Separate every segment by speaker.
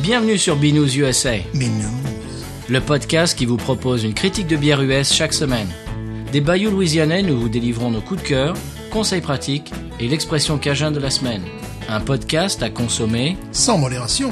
Speaker 1: Bienvenue sur Binous USA,
Speaker 2: Mais non.
Speaker 1: le podcast qui vous propose une critique de bière US chaque semaine. Des bayous louisianais, nous vous délivrons nos coups de cœur, conseils pratiques et l'expression cajun de la semaine. Un podcast à consommer.
Speaker 2: Sans modération.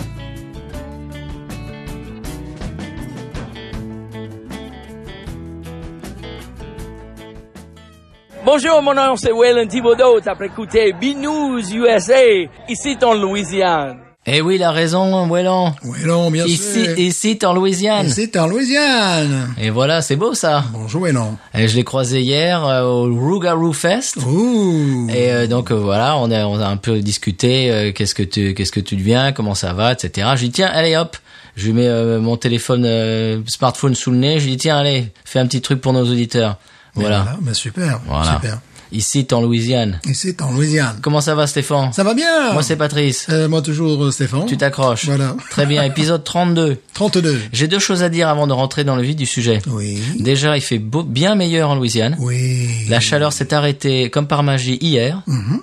Speaker 3: Bonjour, mon nom c'est Waylon Thibodeau. T'as écouté B-News USA, ici en Louisiane.
Speaker 1: Eh oui, la raison, Wellon.
Speaker 2: Oui, non, bien
Speaker 1: Ici,
Speaker 2: sûr.
Speaker 1: ici, en
Speaker 2: Et
Speaker 1: Louisiane.
Speaker 2: C'est en Louisiane.
Speaker 1: Et voilà, c'est beau ça.
Speaker 2: Bonjour, et non.
Speaker 1: Et je l'ai croisé hier euh, au Rougarou Fest.
Speaker 2: Ouh.
Speaker 1: Et euh, donc euh, voilà, on a, on a un peu discuté, euh, qu'est-ce que tu qu'est-ce que tu deviens, comment ça va, etc. Je lui dis tiens, allez hop, je lui mets euh, mon téléphone euh, smartphone sous le nez, je lui dis tiens allez, fais un petit truc pour nos auditeurs.
Speaker 2: Mais
Speaker 1: Voilà.
Speaker 2: bah, super.
Speaker 1: Voilà.
Speaker 2: Super.
Speaker 1: Ici t'es en Louisiane.
Speaker 2: Et c'est en Louisiane.
Speaker 1: Comment ça va Stéphane
Speaker 2: Ça va bien
Speaker 1: Moi c'est Patrice.
Speaker 2: Euh, moi, toujours euh, Stéphane.
Speaker 1: Tu t'accroches.
Speaker 2: Voilà.
Speaker 1: Très bien, épisode 32.
Speaker 2: 32.
Speaker 1: J'ai deux choses à dire avant de rentrer dans le vif du sujet.
Speaker 2: Oui.
Speaker 1: Déjà, il fait beau, bien meilleur en Louisiane.
Speaker 2: Oui.
Speaker 1: La chaleur s'est arrêtée comme par magie hier,
Speaker 2: Mhm.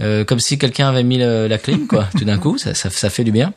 Speaker 1: Euh, comme si quelqu'un avait mis le- la clim, quoi. Tout d'un coup, ça, ça, ça fait du bien.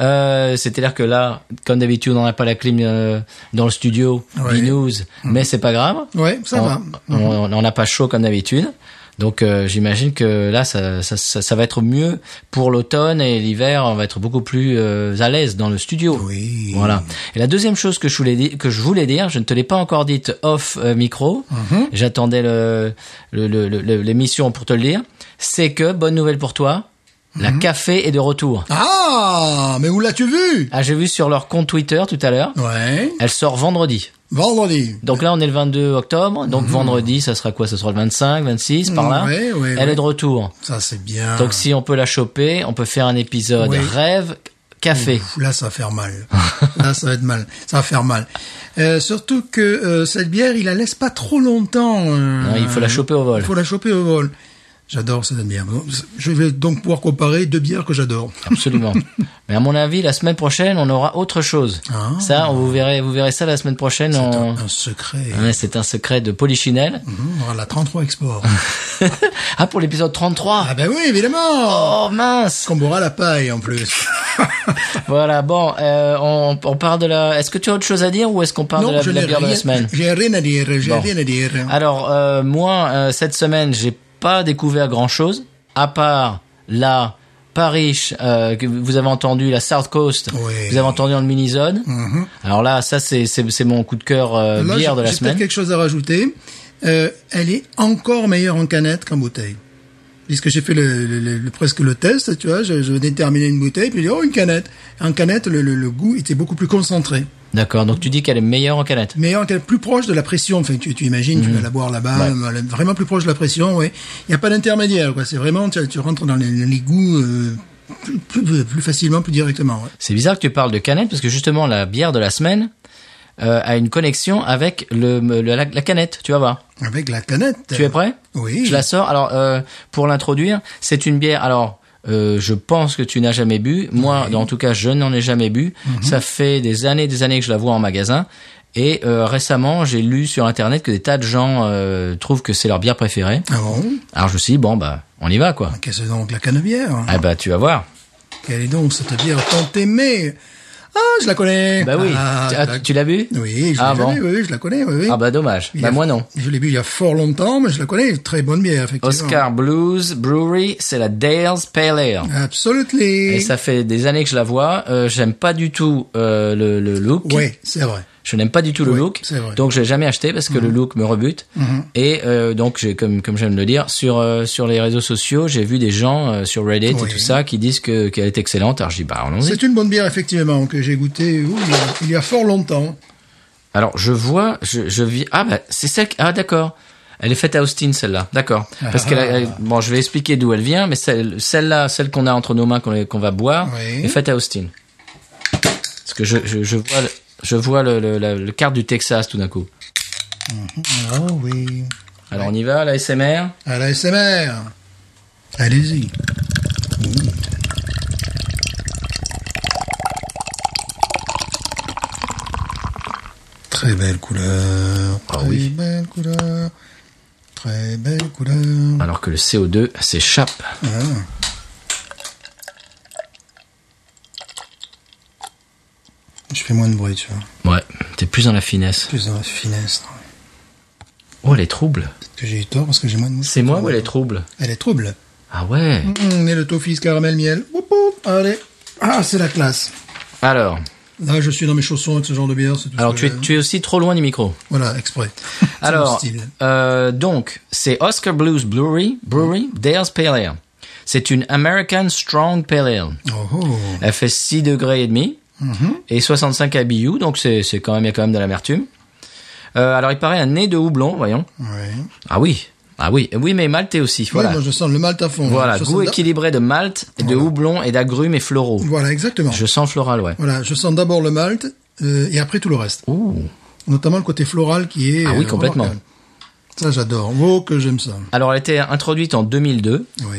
Speaker 1: Euh, C'est-à-dire que là, comme d'habitude, on n'a pas la clim euh, dans le studio,
Speaker 2: Ouais.
Speaker 1: news, mais c'est pas grave.
Speaker 2: Ouais, ça
Speaker 1: on,
Speaker 2: va. Mhm.
Speaker 1: on- on n'a pas chaud comme d'habitude. Donc euh, j'imagine que là, ça, ça, ça, ça va être mieux pour l'automne et l'hiver. On va être beaucoup plus euh, à l'aise dans le studio.
Speaker 2: Oui.
Speaker 1: Voilà. Et la deuxième chose que je voulais dire, que je voulais dire, je ne te l'ai pas encore dite off euh, micro.
Speaker 2: Mhm.
Speaker 1: J'attendais le le- le- le- l'émission pour te le dire. C'est que bonne nouvelle pour toi, la
Speaker 2: Mhm.
Speaker 1: café est de retour.
Speaker 2: Ah, mais où l'as-tu vu
Speaker 1: Ah, j'ai vu sur leur compte Twitter tout à l'heure.
Speaker 2: Ouais.
Speaker 1: Elle sort vendredi.
Speaker 2: Vendredi.
Speaker 1: Donc là, on est le 22 octobre. Donc vendredi, ça sera quoi Ça sera le 25, 26, par là.
Speaker 2: Mhm. Ouais, ouais,
Speaker 1: Elle
Speaker 2: ouais.
Speaker 1: est de retour.
Speaker 2: Ça, c'est bien.
Speaker 1: Donc si on peut la choper, on peut faire un épisode
Speaker 2: Oui.
Speaker 1: rêve café.
Speaker 2: Ouf, Là, ça va faire mal. Là, ça va être mal. Ça va faire mal. Euh, surtout que euh, cette bière, il la laisse pas trop longtemps. euh,
Speaker 1: Non, Hein, il faut la choper au vol.
Speaker 2: Il faut la choper au vol. J'adore cette bière. Bon, Je vais donc pouvoir comparer deux bières que j'adore.
Speaker 1: Ah Absolument. Mais à mon avis, la semaine prochaine, on aura autre chose.
Speaker 2: Ah.
Speaker 1: Ça, on vous verrez, vous verrez ça la semaine prochaine. en-
Speaker 2: Un secret.
Speaker 1: Ouais, C'est un secret de Polichinelle.
Speaker 2: Mmh, on aura la 33 Export.
Speaker 1: ah, pour l'épisode 33.
Speaker 2: ah ben oui, évidemment
Speaker 1: Oh mince.
Speaker 2: Qu'on boira la paille, en plus.
Speaker 1: Voilà. Bon, euh, on, on parle de la. Est-ce que tu as autre chose à dire ou est-ce qu'on parle de la, de la bière de la
Speaker 2: rien,
Speaker 1: semaine
Speaker 2: j'ai rien à dire. J'ai
Speaker 1: Bon.
Speaker 2: rien à dire.
Speaker 1: Alors euh, moi, euh, cette semaine, j'ai pas découvert grand chose à part la Paris euh, que vous avez entendu, la South Coast.
Speaker 2: Oui. Mhm.
Speaker 1: Vous avez entendu dans le mini zone. Alors là, ça c'est c'est c'est mon coup de cœur euh,
Speaker 2: Là,
Speaker 1: bière
Speaker 2: j'ai-
Speaker 1: de la
Speaker 2: j'ai peut-être
Speaker 1: semaine.
Speaker 2: quelque chose à rajouter. Euh, elle est encore meilleure en canette qu'en bouteille. Puisque j'ai fait le, le- le- le- presque le test, tu vois, je, je déterminais une bouteille, puis j'ai dit, oh, une canette. En canette, le, le- le goût était beaucoup plus concentré.
Speaker 1: D'accord. Donc tu dis qu'elle est meilleure en canette.
Speaker 2: Mais en canette, plus proche de la pression, enfin, tu, tu imagines,
Speaker 1: Mhm.
Speaker 2: tu vas la boire là-bas, voilà, vraiment plus proche de la pression, oui. Il n'y a pas d'intermédiaire, quoi. C'est vraiment, tu, tu rentres dans les, les goûts euh, plus, plus- plus facilement, plus directement, ouais.
Speaker 1: C'est bizarre que tu parles de canette parce que justement la bière de la semaine euh, a une connexion avec le, le- la, la canette. Tu vas voir.
Speaker 2: Avec la canette.
Speaker 1: Tu es prêt
Speaker 2: Oui.
Speaker 1: Je la sors. Alors euh, pour l'introduire, c'est une bière. Alors euh, je pense que tu n'as jamais bu. Moi, en tout cas, je n'en ai jamais bu.
Speaker 2: Mhm.
Speaker 1: Ça fait des années, des années que je la vois en magasin. Et euh, récemment, j'ai lu sur internet que des tas de gens euh, trouvent que c'est leur bière préférée.
Speaker 2: Ah bon?
Speaker 1: Alors je me suis dit bon bah on y va quoi.
Speaker 2: Qu'est-ce donc la canebière?
Speaker 1: Ah bah tu vas voir.
Speaker 2: Quelle est donc cette bière tant aimée Ah, je la connais
Speaker 1: Bah oui.
Speaker 2: Ah,
Speaker 1: Tu-
Speaker 2: je
Speaker 1: ah,
Speaker 2: la-
Speaker 1: tu l'as bu
Speaker 2: Oui, je
Speaker 1: Ah
Speaker 2: l'ai
Speaker 1: bon.
Speaker 2: vu, oui, oui, je la connais, oui, oui.
Speaker 1: Ah bah dommage.
Speaker 2: Il y
Speaker 1: Bah
Speaker 2: a-
Speaker 1: moi non.
Speaker 2: Je l'ai bu il y a fort longtemps, mais je la connais, très bonne bière, effectivement.
Speaker 1: Oscar Blues Brewery, c'est la Dale's Pale Ale. Et
Speaker 2: Absolutely
Speaker 1: ça fait des années que je la vois. Euh, j'aime pas du tout euh, le, le look.
Speaker 2: Ouais, c'est vrai.
Speaker 1: Je n'aime pas du tout le
Speaker 2: Ouais,
Speaker 1: look.
Speaker 2: c'est vrai. Mhm.
Speaker 1: Donc je l'ai jamais acheté parce que le look me rebute. Et euh, donc j'ai comme comme j'aime le dire sur euh, sur les réseaux sociaux, j'ai vu des gens euh, sur Reddit et
Speaker 2: Oui.
Speaker 1: tout ça qui disent que qu'elle est excellente. Alors je dis bah allons-y.
Speaker 2: C'est une bonne bière, effectivement, que j'ai goûtée ouh, il, y a, il y a fort longtemps.
Speaker 1: Alors je vois, je je vis ah bah c'est celle qui- ah d'accord. Elle est faite à Austin celle-là, d'accord. Parce
Speaker 2: Ah.
Speaker 1: qu'elle a- elle- bon, je vais expliquer d'où elle vient, mais celle celle-là, celle qu'on a entre nos mains qu'on qu'on va boire,
Speaker 2: Oui.
Speaker 1: est faite à Austin. Parce que je je, je vois le, je vois le le, la- le quart du Texas tout d'un coup.
Speaker 2: Ah oui.
Speaker 1: Alors on y va, la SMR.
Speaker 2: À la SMR Allez-y. Mmh. Très belle couleur. très
Speaker 1: oui.
Speaker 2: belle couleur. Très belle couleur. Ah.
Speaker 1: Alors que le CO2 s'échappe.
Speaker 2: Ah. Je fais moins de bruit, tu vois.
Speaker 1: Ouais, t'es plus dans la finesse.
Speaker 2: Plus dans la finesse. non.
Speaker 1: Oh, elle est trouble.
Speaker 2: Peut-être que j'ai eu tort parce que j'ai moins de mouches.
Speaker 1: C'est moi ou elle est trouble
Speaker 2: Elle est trouble.
Speaker 1: Ah ouais.
Speaker 2: Mmh, et le tofu caramel miel. Oup, oup, allez. Ah, c'est la classe.
Speaker 1: Alors,
Speaker 2: Là, Ah, je suis dans mes chaussons avec ce genre de bière. c'est tout
Speaker 1: alors
Speaker 2: ce
Speaker 1: tu
Speaker 2: que
Speaker 1: es, tu es aussi trop loin du micro.
Speaker 2: j'ai. Voilà, exprès. C'est mon
Speaker 1: Alors,
Speaker 2: style.
Speaker 1: euh, donc, c'est Oscar Blues Brewery, Brewery Dale's Pale Ale. C'est une American Strong Pale Ale.
Speaker 2: Oh, oh. Mhm,
Speaker 1: Elle fait 6 degrés et demi et 65 à BU, donc c'est c'est quand même, il y a quand même de l'amertume. Euh, alors, il paraît un nez de houblon, voyons.
Speaker 2: Ouais.
Speaker 1: Ah oui, ah oui, oui, mais maltais aussi, voilà.
Speaker 2: Oui, moi, ben, je sens le malt à fond. hein.
Speaker 1: voilà,
Speaker 2: Je sens
Speaker 1: goût
Speaker 2: d'a-
Speaker 1: équilibré de malt, et de houblon et d'agrumes et floraux.
Speaker 2: Voilà, exactement.
Speaker 1: Je sens floral, ouais.
Speaker 2: Voilà, je sens d'abord le malt euh, et après tout le reste.
Speaker 1: Ouh.
Speaker 2: Notamment le côté floral qui est.
Speaker 1: Ah oui,
Speaker 2: euh,
Speaker 1: complètement.
Speaker 2: remarquable. Ça, j'adore. Oh, que j'aime ça.
Speaker 1: Alors, elle a été introduite en 2002
Speaker 2: Oui.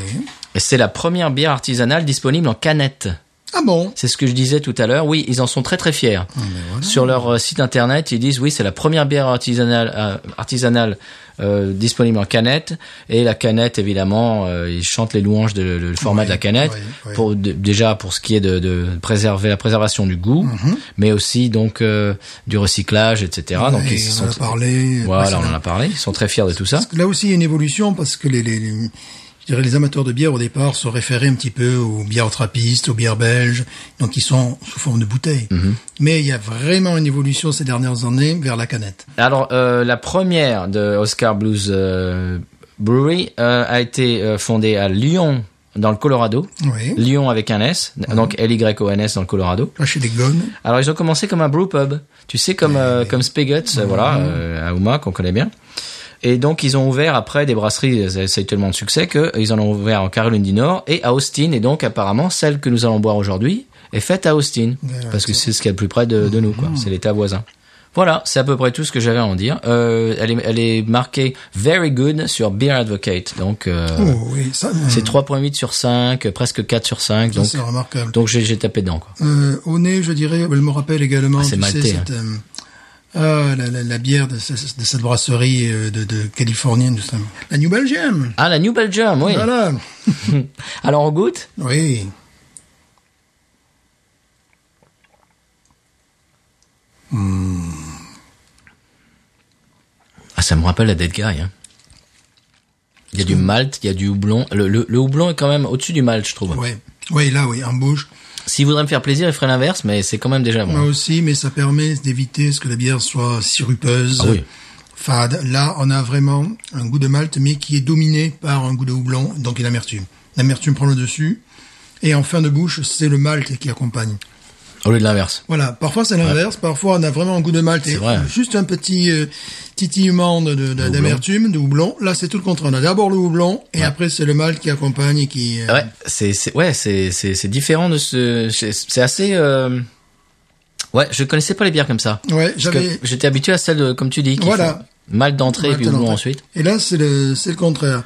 Speaker 1: et c'est la première bière artisanale disponible en canette.
Speaker 2: Ah bon
Speaker 1: C'est ce que je disais tout à l'heure. Oui, ils en sont très très fiers. Sur leur euh, site internet, ils disent oui, c'est la première bière artisanale, euh, artisanale euh, disponible en canette. Et la canette, évidemment, euh, ils chantent les louanges de le format
Speaker 2: Oui,
Speaker 1: de la canette
Speaker 2: oui, oui.
Speaker 1: pour de- déjà pour ce qui est de, de préserver la préservation du goût,
Speaker 2: Mhm.
Speaker 1: mais aussi donc euh, du recyclage, etc. donc
Speaker 2: Ouais,
Speaker 1: ils
Speaker 2: Eh, on en a parlé.
Speaker 1: Voilà, on en
Speaker 2: précédemment.
Speaker 1: a parlé. Ils sont très fiers de tout ça.
Speaker 2: Parce que Là aussi, il y a une évolution parce que les, les, les- je dirais les amateurs de bière au départ se référaient un petit peu aux bières trappistes, aux bières belges, donc ils sont sous forme de bouteilles.
Speaker 1: Mhm.
Speaker 2: Mais il y a vraiment une évolution ces dernières années vers la canette.
Speaker 1: Alors, euh, la première de Oscar Blues euh, Brewery euh, a été euh, fondée à Lyon, dans le Colorado.
Speaker 2: Oui.
Speaker 1: Lyon avec un S,
Speaker 2: Mhm.
Speaker 1: donc L-Y-O-N-S dans le Colorado.
Speaker 2: Là, chez les gones.
Speaker 1: Alors, ils ont commencé comme un brew pub, tu sais, comme, euh, comme Spigot, euh, voilà,
Speaker 2: Mhm.
Speaker 1: euh, à Houma, qu'on connaît bien. Et donc, ils ont ouvert après des brasseries, euh, ça ça a eu tellement de succès qu'ils en ont ouvert en Caroline du Nord et à Austin. Et donc, apparemment, celle que nous allons boire aujourd'hui est faite à Austin.
Speaker 2: D'accord.
Speaker 1: Parce que c'est ce qu'il y a le plus près de, de nous, quoi.
Speaker 2: Mhm.
Speaker 1: C'est l'état voisin. Voilà, c'est à peu près tout ce que j'avais à en dire. Euh, elle, est, elle est marquée Very Good sur Beer Advocate. Donc, euh,
Speaker 2: Oh oui, ça, euh,
Speaker 1: c'est 3.8 sur 5, presque 4 sur 5.
Speaker 2: ça,
Speaker 1: Donc,
Speaker 2: c'est remarquable.
Speaker 1: donc j'ai j'ai tapé dedans, quoi.
Speaker 2: Euh, au nez, je dirais, elle me rappelle également,
Speaker 1: Ah, c'est
Speaker 2: tu sais,
Speaker 1: maltais,
Speaker 2: cette, euh, ah, la, la- la bière de, ce- de cette brasserie euh, de, de californienne, justement. La New Belgium.
Speaker 1: Ah, la New Belgium, oui.
Speaker 2: Voilà.
Speaker 1: Alors on goûte
Speaker 2: Oui.
Speaker 1: Ah, ça me rappelle la Dead Guy. hein. Il y a du malt, il y a du houblon. Le, le- le houblon est quand même au-dessus du malt, je trouve.
Speaker 2: Ouais. Oui, là, oui, en bouche.
Speaker 1: S'il voudrait me faire plaisir, il ferait l'inverse, mais c'est quand même déjà bon.
Speaker 2: Moi aussi, mais ça permet d'éviter ce que la bière soit sirupeuse,
Speaker 1: Ah oui.
Speaker 2: fade. Là, on a vraiment un goût de malt, mais qui est dominé par un goût de houblon, donc une amertume. L'amertume prend le dessus, et en fin de bouche, c'est le malt qui accompagne.
Speaker 1: Au lieu de l'inverse.
Speaker 2: Voilà, parfois c'est l'inverse, parfois on a vraiment un goût de malt, et
Speaker 1: vrai.
Speaker 2: juste un petit euh, titillement de- de- de- d'amertume, de, houblon. Là, c'est tout le contraire. On a d'abord le houblon, et après c'est le malt qui accompagne et qui... euh,
Speaker 1: Ouais, c'est c'est- ouais, c'est c'est- c'est différent de ce. C'est c'est assez. euh, Ouais, je connaissais pas les bières comme ça.
Speaker 2: Ouais,
Speaker 1: Parce que
Speaker 2: j'avais...
Speaker 1: J'étais habitué à celle, de- comme tu dis, qui
Speaker 2: Voilà.
Speaker 1: font malt d'entrée et puis
Speaker 2: Maintenant,
Speaker 1: houblon
Speaker 2: ouais.
Speaker 1: ensuite.
Speaker 2: Et là, c'est le, c'est le contraire.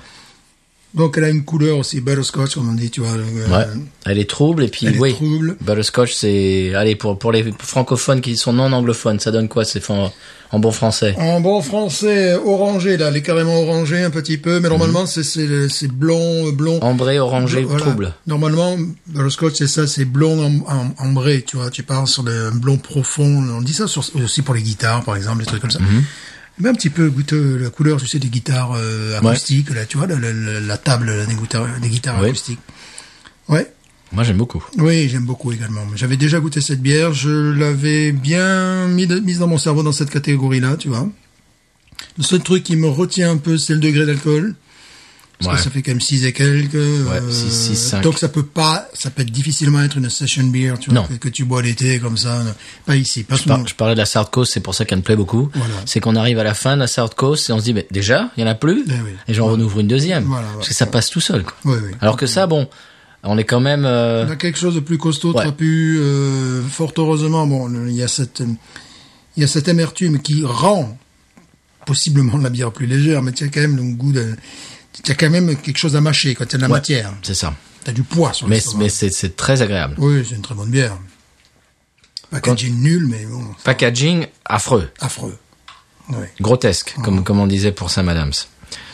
Speaker 2: Donc, elle a une couleur aussi butterscotch, comme on dit, tu vois. euh,
Speaker 1: Ouais. Elle est trouble et puis
Speaker 2: Elle est
Speaker 1: oui.
Speaker 2: trouble.
Speaker 1: Butterscotch, Bah, c'est allez pour pour les francophones qui sont non anglophones, ça donne quoi C'est en, en bon français.
Speaker 2: En bon français, euh, orangé, là, elle est carrément orangée un petit peu, mais normalement, c'est- c'est le- c'est blond, euh, blond.
Speaker 1: Ambré, Mhm. orangé,
Speaker 2: Voilà.
Speaker 1: trouble.
Speaker 2: Normalement, butterscotch, c'est ça, c'est blond en, en- ambré, tu vois. Tu parles sur le blond profond. On dit ça sur- aussi pour les guitares, par exemple, des trucs comme ça.
Speaker 1: Mhm.
Speaker 2: Mais un petit peu goûteux, la couleur, tu sais, des guitares euh, acoustiques, là, tu vois, le- le- le- la table là, des guitares, des guitares
Speaker 1: Oui.
Speaker 2: acoustiques. Ouais.
Speaker 1: Moi, j'aime beaucoup.
Speaker 2: Oui, j'aime beaucoup également. J'avais déjà goûté cette bière, je l'avais bien mis de- mise dans mon cerveau dans cette catégorie-là, tu vois. Le seul truc qui me retient un peu, c'est le degré d'alcool. Parce
Speaker 1: Ouais.
Speaker 2: que ça fait quand même 6 et quelques. Ouais,
Speaker 1: six, six, cinq.
Speaker 2: Donc ça peut pas, ça peut être difficilement être une session beer, tu vois,
Speaker 1: Non.
Speaker 2: que, que tu bois l'été comme ça. Pas ici, pas
Speaker 1: Je, par- je parlais de la South Coast, c'est pour ça qu'elle me plaît beaucoup.
Speaker 2: Voilà.
Speaker 1: C'est qu'on arrive à la fin de la South Coast et on se dit, mais déjà, il y en a plus.
Speaker 2: Eh oui.
Speaker 1: Et j'en ouvre une deuxième.
Speaker 2: Voilà,
Speaker 1: Parce
Speaker 2: ouais.
Speaker 1: que ça passe tout seul. quoi.
Speaker 2: Oui, oui.
Speaker 1: Alors que ça, bon, on est quand même. euh,
Speaker 2: On a quelque chose de plus costaud,
Speaker 1: Ouais.
Speaker 2: trapu. euh, fort heureusement, bon, le- il y a cette, il y a cette amertume qui rend possiblement la bière plus légère, mais tu as quand même le goût de, tu as quand même quelque chose à mâcher quand tu as de la matière.
Speaker 1: C'est ça.
Speaker 2: Tu as du poids sur
Speaker 1: Mais,
Speaker 2: l'estomac.
Speaker 1: mais c'est c'est très agréable.
Speaker 2: Oui, c'est une très bonne bière. Packaging nul, mais bon,
Speaker 1: Packaging affreux,
Speaker 2: affreux. Oui.
Speaker 1: grotesque, comme, comme on disait pour Sam Adams.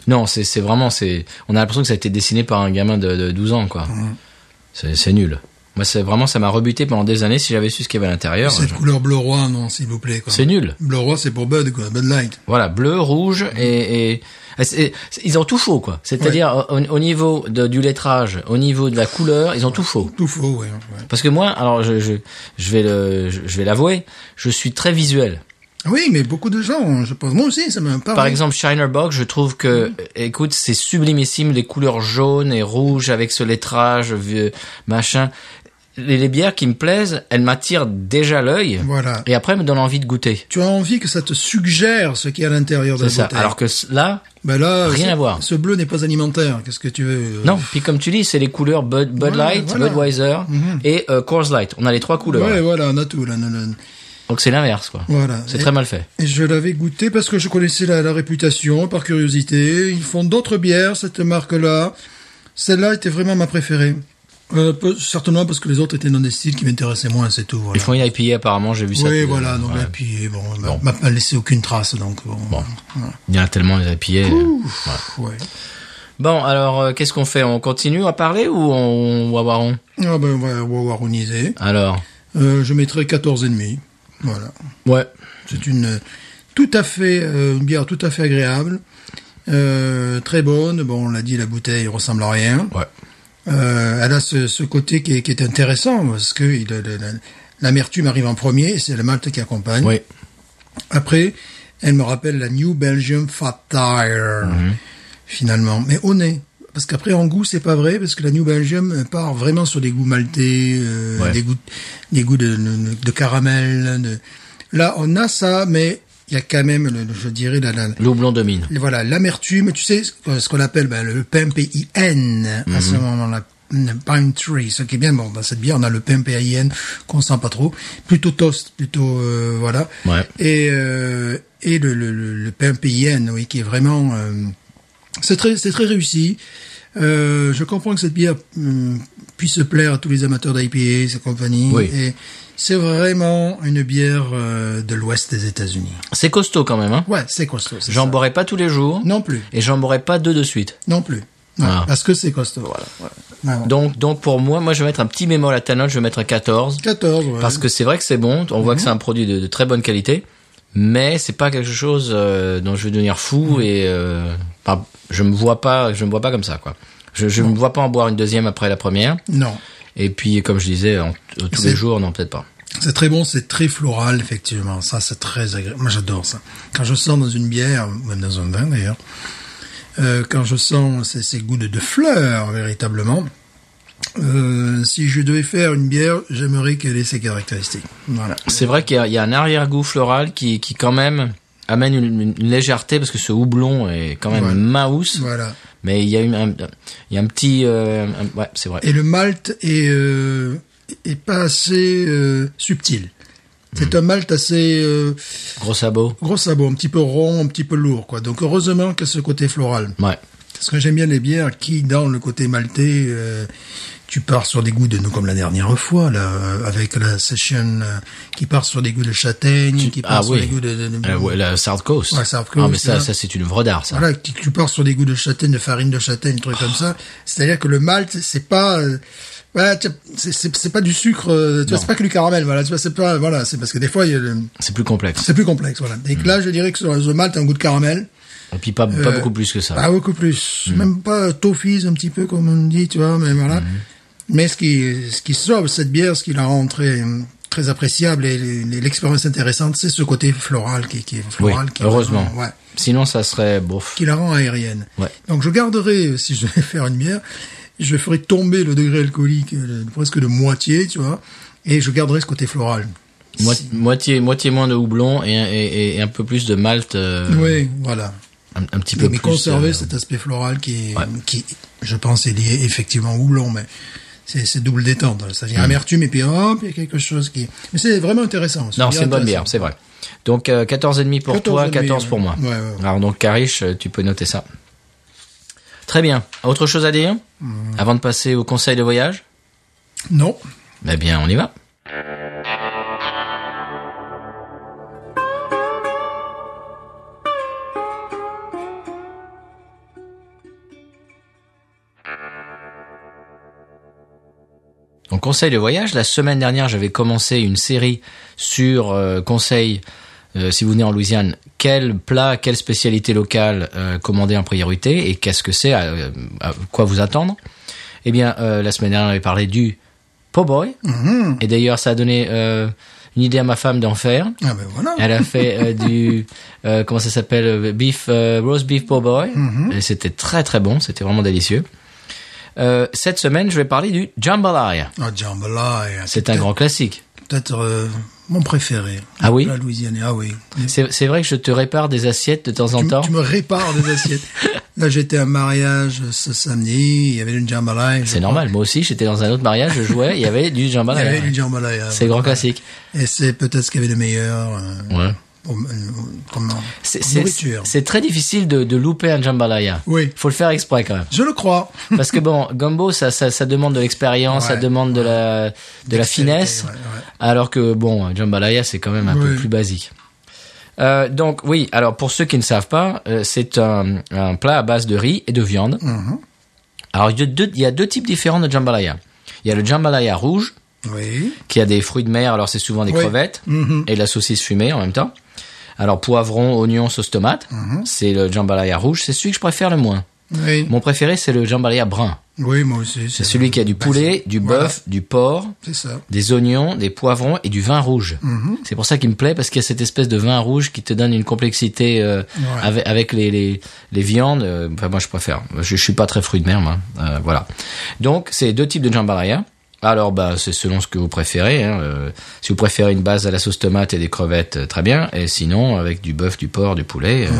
Speaker 1: Non, c'est c'est vraiment. c'est On a l'impression que ça a été dessiné par un gamin de, de 12 ans, quoi. C'est c'est nul. Moi, c'est vraiment, ça m'a rebuté pendant des années. Si j'avais su ce qu'il y avait à l'intérieur,
Speaker 2: Cette
Speaker 1: je-
Speaker 2: couleur bleu roi, non, s'il vous plaît. quoi.
Speaker 1: c'est nul.
Speaker 2: Bleu roi, c'est pour Bud, quoi. Bud Light.
Speaker 1: Voilà, bleu, rouge et, et- et c'est- c'est- ils ont tout faux quoi. C'est-à-dire au, au niveau de- du lettrage, au niveau de la couleur, ils ont tout faux.
Speaker 2: Tout faux, ouais. ouais.
Speaker 1: Parce que moi, alors je je, je vais le je, je vais l'avouer, je suis très visuel.
Speaker 2: Ah Oui, mais beaucoup de gens, ont- je pense, moi aussi, ça m'a pas.
Speaker 1: Par exemple, Shiner Box, je trouve que euh, écoute, c'est sublimissime les couleurs jaunes et rouges avec ce lettrage vieux machin. Les, les bières qui me plaisent, elles m'attirent déjà l'œil
Speaker 2: Voilà.
Speaker 1: et après elles me donnent envie de goûter.
Speaker 2: Tu as envie que ça te suggère ce qu'il y a à l'intérieur de
Speaker 1: C'est
Speaker 2: la
Speaker 1: ça.
Speaker 2: bouteille.
Speaker 1: Alors que c- là,
Speaker 2: Ben là,
Speaker 1: Rien
Speaker 2: ce-
Speaker 1: à voir.
Speaker 2: Ce bleu n'est pas alimentaire. Qu'est-ce que tu veux euh,
Speaker 1: Non, puis comme tu dis, c'est les couleurs Bud, Bud
Speaker 2: Voilà,
Speaker 1: Light,
Speaker 2: voilà. Mhm.
Speaker 1: Budweiser et euh, Coors Light. On a les trois couleurs.
Speaker 2: Ouais, voilà, on a tout là. non, non.
Speaker 1: Donc c'est l'inverse, quoi.
Speaker 2: Voilà.
Speaker 1: C'est
Speaker 2: Et-
Speaker 1: très mal fait.
Speaker 2: et Je l'avais goûté parce que je connaissais la, la réputation, par curiosité. Ils font d'autres bières, cette marque-là. Celle-là était vraiment ma préférée. Euh, peu- certainement parce que les autres étaient dans des styles qui m'intéressaient moins, c'est tout. Voilà.
Speaker 1: Ils font une IPA apparemment, j'ai vu ça. Euh,
Speaker 2: oui,
Speaker 1: tout-
Speaker 2: voilà. Donc,
Speaker 1: ouais.
Speaker 2: et puis, bon, on m'a- m'a pas laissé aucune trace, donc. Bon.
Speaker 1: Il y en a tellement les IPA. euh, ouais.
Speaker 2: Ouais.
Speaker 1: Bon, alors euh, qu'est-ce qu'on fait On continue à parler ou on, on va voir on
Speaker 2: Ah ben, on va, on va waroniser.
Speaker 1: Alors,
Speaker 2: Euh, je mettrai 14,5. Voilà.
Speaker 1: ouais.
Speaker 2: C'est une euh, tout à fait euh, une bière tout à fait agréable, euh, très bonne. Bon, on l'a dit, la bouteille ressemble à rien.
Speaker 1: Ouais.
Speaker 2: Euh, elle a ce, ce côté qui est, qui est intéressant parce que il a- la- la- l'amertume arrive en premier, c'est le malt qui accompagne.
Speaker 1: Oui.
Speaker 2: Après, elle me rappelle la New Belgium Fat Tire finalement, mais au nez. Parce qu'après en goût c'est pas vrai parce que la New Belgium euh, part vraiment sur des goûts maltais, euh,
Speaker 1: Ouais.
Speaker 2: des goûts, des goûts de, de- de caramel. de- Là on a ça, mais il y a quand même, le- le- je dirais la, la-
Speaker 1: Loublon domine.
Speaker 2: et voilà, l'amertume, tu sais, ce qu'on- ce qu'on appelle ben, le pain PIN à
Speaker 1: Mhm.
Speaker 2: ce moment-là. le Pine tree, ce qui est bien, bon, dans cette bière, on a le pain PIN qu'on sent pas trop, plutôt toast, plutôt, euh, voilà.
Speaker 1: Ouais.
Speaker 2: Et, euh, et le, le, le, le pain PIN, oui, qui est vraiment, euh, c'est très, c'est très réussi. Euh, je comprends que cette bière hum, puisse plaire à tous les amateurs d'IPA, et compagnie.
Speaker 1: Oui.
Speaker 2: Et c'est vraiment une bière euh, de l'ouest des États-Unis.
Speaker 1: C'est costaud quand même. Hein
Speaker 2: Ouais, c'est costaud. c'est
Speaker 1: j'en
Speaker 2: ça.
Speaker 1: boirai pas tous les jours.
Speaker 2: Non plus.
Speaker 1: Et j'en boirai pas deux de suite.
Speaker 2: Non plus. Ouais,
Speaker 1: Ah.
Speaker 2: Parce que c'est costaud. Voilà. Ouais.
Speaker 1: Donc, donc pour moi, moi je vais mettre un petit mémo à la tannote, je vais mettre un 14.
Speaker 2: 14, ouais. Mhm.
Speaker 1: Parce que c'est vrai que c'est bon, on voit que c'est un produit de, de très bonne qualité, mais c'est pas quelque chose euh, dont je vais devenir fou
Speaker 2: Mhm.
Speaker 1: et euh, enfin, je me vois pas, je me vois pas comme ça quoi. Je, je me vois pas en boire une deuxième après la première.
Speaker 2: Non.
Speaker 1: Et puis comme je disais, en- tous les
Speaker 2: C'est-
Speaker 1: jours, non peut-être pas.
Speaker 2: C'est très bon, c'est très floral, effectivement. Ça, c'est très agréable. Moi, j'adore ça. Quand je sens dans une bière, ou même dans un vin d'ailleurs, euh, quand je sens ces, ces goûts de, de fleurs, véritablement, euh, si je devais faire une bière, j'aimerais qu'elle ait ces caractéristiques. Voilà.
Speaker 1: C'est vrai qu'il y a, il y a un arrière-goût floral qui, qui quand même amène une, une- une légèreté parce que ce houblon est quand même
Speaker 2: Voilà.
Speaker 1: mouse,
Speaker 2: Voilà.
Speaker 1: mais il y a une- un, il y a un petit, euh, un- ouais c'est vrai.
Speaker 2: Et le malt est, euh, est pas assez euh, subtil.
Speaker 1: Hmm.
Speaker 2: C'est un malt assez... euh,
Speaker 1: Gros sabot.
Speaker 2: gros sabot, un petit peu rond, un petit peu lourd, quoi. Donc heureusement qu'il y a ce côté floral.
Speaker 1: Ouais.
Speaker 2: Parce que j'aime bien les bières qui, dans le côté maltais, euh, tu pars sur des goûts de nous comme la dernière fois là, euh, avec la session euh, qui part sur des goûts de châtaigne, qui part
Speaker 1: ah
Speaker 2: sur
Speaker 1: oui.
Speaker 2: des goûts de, de- de-
Speaker 1: Euh, ouais, la South Coast.
Speaker 2: Ouais, South
Speaker 1: Ah,
Speaker 2: Coast,
Speaker 1: mais ça,
Speaker 2: là.
Speaker 1: ça c'est une vraie d'art, ça.
Speaker 2: voilà, tu, tu pars sur des goûts de châtaigne, de farine de châtaigne, trucs comme ça. C'est-à-dire que le malt, c'est pas, euh, voilà, tu- c'est- c'est c'est pas du sucre, euh, tu vois,
Speaker 1: Non.
Speaker 2: c'est pas que du caramel, voilà, tu vois, c'est pas, voilà, c'est parce que des fois, il y a le-
Speaker 1: C'est plus complexe.
Speaker 2: c'est plus complexe, voilà. Et
Speaker 1: Mm.
Speaker 2: que là, je dirais que sur le malt, t'as un goût de caramel.
Speaker 1: Et puis pas, pas
Speaker 2: Euh,
Speaker 1: beaucoup plus que ça.
Speaker 2: Pas beaucoup plus.
Speaker 1: Mm.
Speaker 2: Même pas toffees un petit peu comme on dit, tu vois, mais voilà.
Speaker 1: Mm-hmm.
Speaker 2: Mais ce qui, ce qui sauve cette bière, ce qui la rend très, très appréciable et l'expérience intéressante, c'est ce côté floral qui, qui est
Speaker 1: oui,
Speaker 2: floral. qui est
Speaker 1: heureusement.
Speaker 2: vraiment- ouais,
Speaker 1: Sinon, ça serait bof.
Speaker 2: qui la rend aérienne.
Speaker 1: Ouais.
Speaker 2: Donc je garderai, euh, si je vais faire une bière, je ferai tomber le degré alcoolique euh, de- presque de moitié, tu vois, et je garderai ce côté floral.
Speaker 1: Moi- moitié, moitié moins de houblon et, et- et un peu plus de malt. euh,
Speaker 2: Oui, voilà.
Speaker 1: un, un petit peu
Speaker 2: Mais, mais
Speaker 1: plus.
Speaker 2: conserver
Speaker 1: euh,
Speaker 2: cet aspect floral qui, est- qui, je pense, est lié effectivement au houblon, mais c'est c'est double détente. C'est-à-dire
Speaker 1: Mm.
Speaker 2: amertume et puis hop, il y a quelque chose qui. Mais c'est vraiment intéressant.
Speaker 1: Non, c'est une bonne bière,
Speaker 2: intéressant.
Speaker 1: c'est vrai. Donc euh, 14,5 pour toi,
Speaker 2: 14,5,
Speaker 1: 14 pour moi.
Speaker 2: ouais, ouais, ouais.
Speaker 1: Alors donc Cariche, tu peux noter ça. Très bien. Autre chose à dire
Speaker 2: Mmh.
Speaker 1: avant de passer au conseil de voyage
Speaker 2: Non.
Speaker 1: Eh bien, on y va. Donc conseil de voyage, la semaine dernière j'avais commencé une série sur euh, conseil, euh, si vous venez en Louisiane, quel plat, quelle spécialité locale euh, commander en priorité et qu'est-ce que c'est, à, à quoi vous attendre. Eh bien euh, la semaine dernière on avait parlé du po' boy
Speaker 2: Mhm.
Speaker 1: et d'ailleurs ça a donné euh, une idée à ma femme d'en faire.
Speaker 2: Ah ben voilà.
Speaker 1: Elle a fait euh, du euh, comment ça s'appelle euh, beef euh, roast beef po' boy et c'était très très bon, c'était vraiment délicieux. Euh, cette semaine, je vais parler du jambalaya.
Speaker 2: Ah, jambalaya.
Speaker 1: C'est un grand classique.
Speaker 2: Peut-être euh, mon préféré.
Speaker 1: Ah oui
Speaker 2: La Louisiane. Ah oui.
Speaker 1: C'est c'est vrai que je te répare des assiettes de temps en
Speaker 2: Tu,
Speaker 1: temps.
Speaker 2: tu me répares des assiettes. Là, j'étais à un mariage ce samedi. Il y avait une jambalaya.
Speaker 1: C'est normal. Moi aussi, j'étais dans un autre mariage, je jouais, il y avait du
Speaker 2: Il y
Speaker 1: jambalaya.
Speaker 2: avait une jambalaya.
Speaker 1: C'est grand classique.
Speaker 2: Et c'est peut-être ce qu'il y avait de meilleur. euh,
Speaker 1: Ouais.
Speaker 2: pour- euh, comme
Speaker 1: C'est- c'est-
Speaker 2: nourriture.
Speaker 1: C'est très difficile de, de louper un jambalaya.
Speaker 2: Oui.
Speaker 1: Faut le faire exprès quand même.
Speaker 2: Je le crois.
Speaker 1: Parce que bon, gumbo, ça, ça, ça demande de l'expérience, ça
Speaker 2: Ouais,
Speaker 1: demande de la, de la
Speaker 2: Dextérité,
Speaker 1: finesse.
Speaker 2: ouais, ouais.
Speaker 1: Alors que bon, jambalaya, c'est quand même un peu
Speaker 2: Oui.
Speaker 1: plus basique. Euh, donc oui, alors pour ceux qui ne savent pas, euh, c'est un, un plat à base de riz et de viande.
Speaker 2: Mhm.
Speaker 1: Alors il y, a deux, il y a deux types différents de jambalaya. Il y a le jambalaya rouge,
Speaker 2: Oui.
Speaker 1: qui a des fruits de mer, alors c'est souvent des
Speaker 2: Oui.
Speaker 1: crevettes
Speaker 2: Mhm.
Speaker 1: et de la saucisse fumée en même temps. Alors poivron, oignon, sauce tomate,
Speaker 2: Mhm.
Speaker 1: c'est le jambalaya rouge, c'est celui que je préfère le moins.
Speaker 2: Oui.
Speaker 1: Mon préféré c'est le jambalaya brun.
Speaker 2: Oui, moi aussi.
Speaker 1: C'est celui qui a du poulet, du
Speaker 2: Bah, Voilà.
Speaker 1: bœuf, du porc,
Speaker 2: C'est ça.
Speaker 1: des oignons, des poivrons et du vin rouge. C'est pour ça qu'il me plaît parce qu'il y a cette espèce de vin rouge qui te donne une complexité euh, avec, avec les, les, les viandes. Euh, Enfin, moi, je préfère. Je, je suis pas très fruit de mer, moi. Euh, voilà. Donc, c'est deux types de jambalaya. Alors, bah, c'est selon ce que vous préférez. hein. Euh, si vous préférez une base à la sauce tomate et des crevettes, euh, très bien. Et sinon, avec du bœuf, du porc, du poulet euh,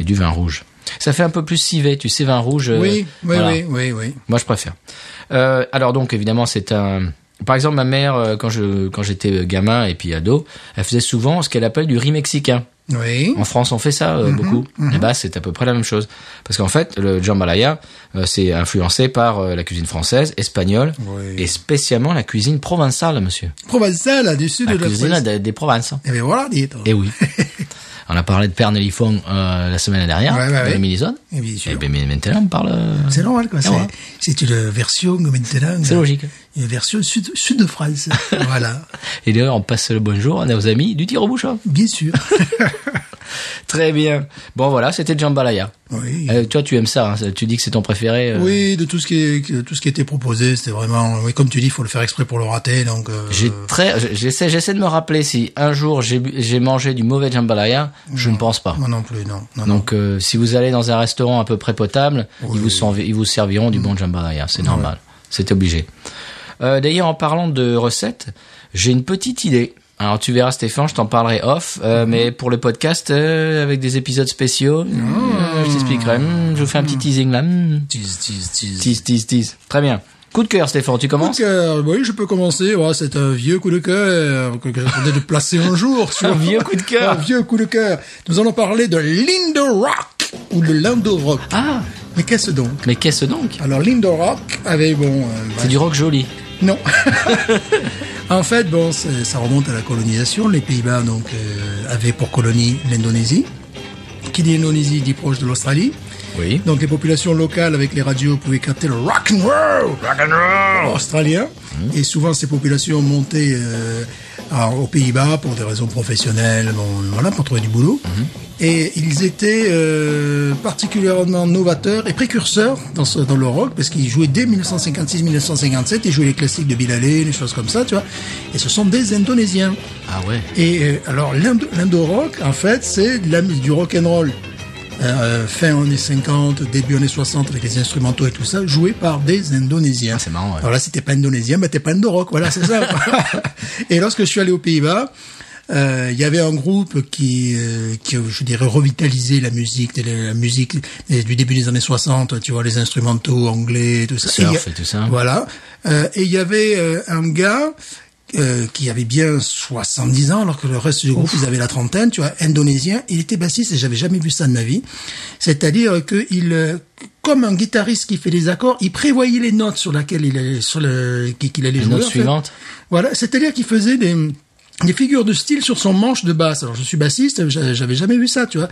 Speaker 1: et du vin rouge. Ça fait un peu plus civet, tu sais, vin rouge. euh,
Speaker 2: Oui, oui,
Speaker 1: voilà.
Speaker 2: oui, oui, oui.
Speaker 1: Moi, je préfère. Euh, alors donc, évidemment, c'est un. Par exemple, ma mère, euh, quand je quand j'étais euh, gamin et puis ado, elle faisait souvent ce qu'elle appelle du riz mexicain.
Speaker 2: Oui.
Speaker 1: En France, on fait ça
Speaker 2: Mhm,
Speaker 1: euh, beaucoup. Et bah, c'est à peu près la même chose, parce qu'en fait, le jambalaya, euh, c'est influencé par euh, la cuisine française, espagnole,
Speaker 2: Oui.
Speaker 1: et spécialement la cuisine provençale, monsieur.
Speaker 2: Provençal, du sud
Speaker 1: La
Speaker 2: de la
Speaker 1: cuisine
Speaker 2: France.
Speaker 1: des, des provinces.
Speaker 2: Eh bien, voilà, dit.
Speaker 1: Et oui. on a parlé de Père Nelifong euh, la semaine dernière,
Speaker 2: Ouais, ouais,
Speaker 1: dans
Speaker 2: ouais.
Speaker 1: les Minizones.
Speaker 2: Eh bien, sûr.
Speaker 1: Et bien maintenant, on parle. euh,
Speaker 2: C'est normal, quoi. C'est,
Speaker 1: ouais.
Speaker 2: c'est une version maintenant.
Speaker 1: C'est logique.
Speaker 2: Une version sud, sud de France. voilà.
Speaker 1: Et d'ailleurs, on passe le bonjour à nos amis du tir au bouchon.
Speaker 2: Bien sûr.
Speaker 1: Très bien. Bon voilà, c'était Jambalaya.
Speaker 2: oui.
Speaker 1: Euh, toi, tu aimes ça, hein, ça- tu dis que c'est ton préféré. euh,
Speaker 2: Oui, de tout ce qui est- de tout ce qui était proposé, c'était vraiment oui, comme tu dis, il faut le faire exprès pour le rater donc euh,
Speaker 1: J'ai très, j'essaie, j'essaie de me rappeler si un jour j'ai, bu- j'ai mangé du mauvais jambalaya, je ne pense pas.
Speaker 2: moi non plus, non. Non, non.
Speaker 1: Donc, euh, si vous allez dans un restaurant à peu près potable, ils vous servi- ils vous serviront du
Speaker 2: Mm.
Speaker 1: bon jambalaya, c'est normal, c'est obligé. Euh, d'ailleurs, en parlant de recettes, j'ai une petite idée. Alors, tu verras, Stéphane, je t'en parlerai off,
Speaker 2: Mm-hmm.
Speaker 1: euh, mais pour le podcast, euh, avec des épisodes spéciaux,
Speaker 2: Mm.
Speaker 1: euh, je t'expliquerai. Hmm, je vous fais un petit teasing là. hmm.
Speaker 2: Tease, tease, tease.
Speaker 1: Tease, tease, tease. Très bien. Coup de cœur, Stéphane, tu
Speaker 2: Coup de
Speaker 1: commences
Speaker 2: cœur, oui, je peux commencer. Ouais, c'est un vieux coup de cœur que que j'attendais de placer un jour. tu
Speaker 1: Un
Speaker 2: vois.
Speaker 1: vieux coup de cœur.
Speaker 2: Un vieux coup de cœur. Nous allons parler de Lindo Rock ou de Lindo Rock.
Speaker 1: Ah,
Speaker 2: Mais qu'est-ce donc
Speaker 1: mais qu'est-ce donc
Speaker 2: Alors Lindo Rock avait bon. euh,
Speaker 1: C'est du rock joli.
Speaker 2: Non. en fait, bon, c'est- ça remonte à la colonisation. Les Pays-Bas donc euh, avaient pour colonie l'Indonésie. Qui dit Indonésie dit proche de l'Australie.
Speaker 1: Oui.
Speaker 2: Donc les populations locales avec les radios pouvaient capter le rock and Mmh. roll, australien. Et souvent ces populations montaient euh, à- aux Pays-Bas pour des raisons professionnelles, bon, voilà, pour trouver du boulot. Et ils étaient euh, particulièrement novateurs et précurseurs dans, ce- dans le rock parce qu'ils jouaient dès 1956-1957, ils jouaient les classiques de Bill Haley, les choses comme ça, tu vois. Et ce sont des Indonésiens.
Speaker 1: Ah ouais.
Speaker 2: Et euh, alors l'indo- l'indo-rock, en fait, c'est de la musique du rock and roll. Euh, fin années 50, début années 60 avec les instrumentaux et tout ça, joué par des Indonésiens.
Speaker 1: Ah, c'est marrant, ouais.
Speaker 2: Alors là, si t'es pas indonésien, bah t'es pas indo-rock, voilà, c'est ça. et lorsque je suis allé aux Pays-Bas, euh, il y avait un groupe qui, euh, qui, je dirais, revitalisait la musique, la musique euh, du début des années 60, tu vois, les instrumentaux anglais, tout ça.
Speaker 1: Surf
Speaker 2: il y a-
Speaker 1: et tout ça.
Speaker 2: Voilà. Euh, et il y avait euh, un gars euh, qui avait bien 70 ans, alors que le reste du groupe, ils avaient la trentaine, tu vois, indonésien. Il était bassiste et j'avais jamais vu ça de ma vie. C'est-à-dire que il, euh, comme un guitariste qui fait des accords, il prévoyait les notes sur laquelle il allait, sur le, qu'il allait jouer.
Speaker 1: notes
Speaker 2: en fait.
Speaker 1: suivantes.
Speaker 2: Voilà. C'est-à-dire qu'il faisait des, des figures de style sur son manche de basse. Alors je suis bassiste, j'a- j'avais jamais vu ça, tu vois.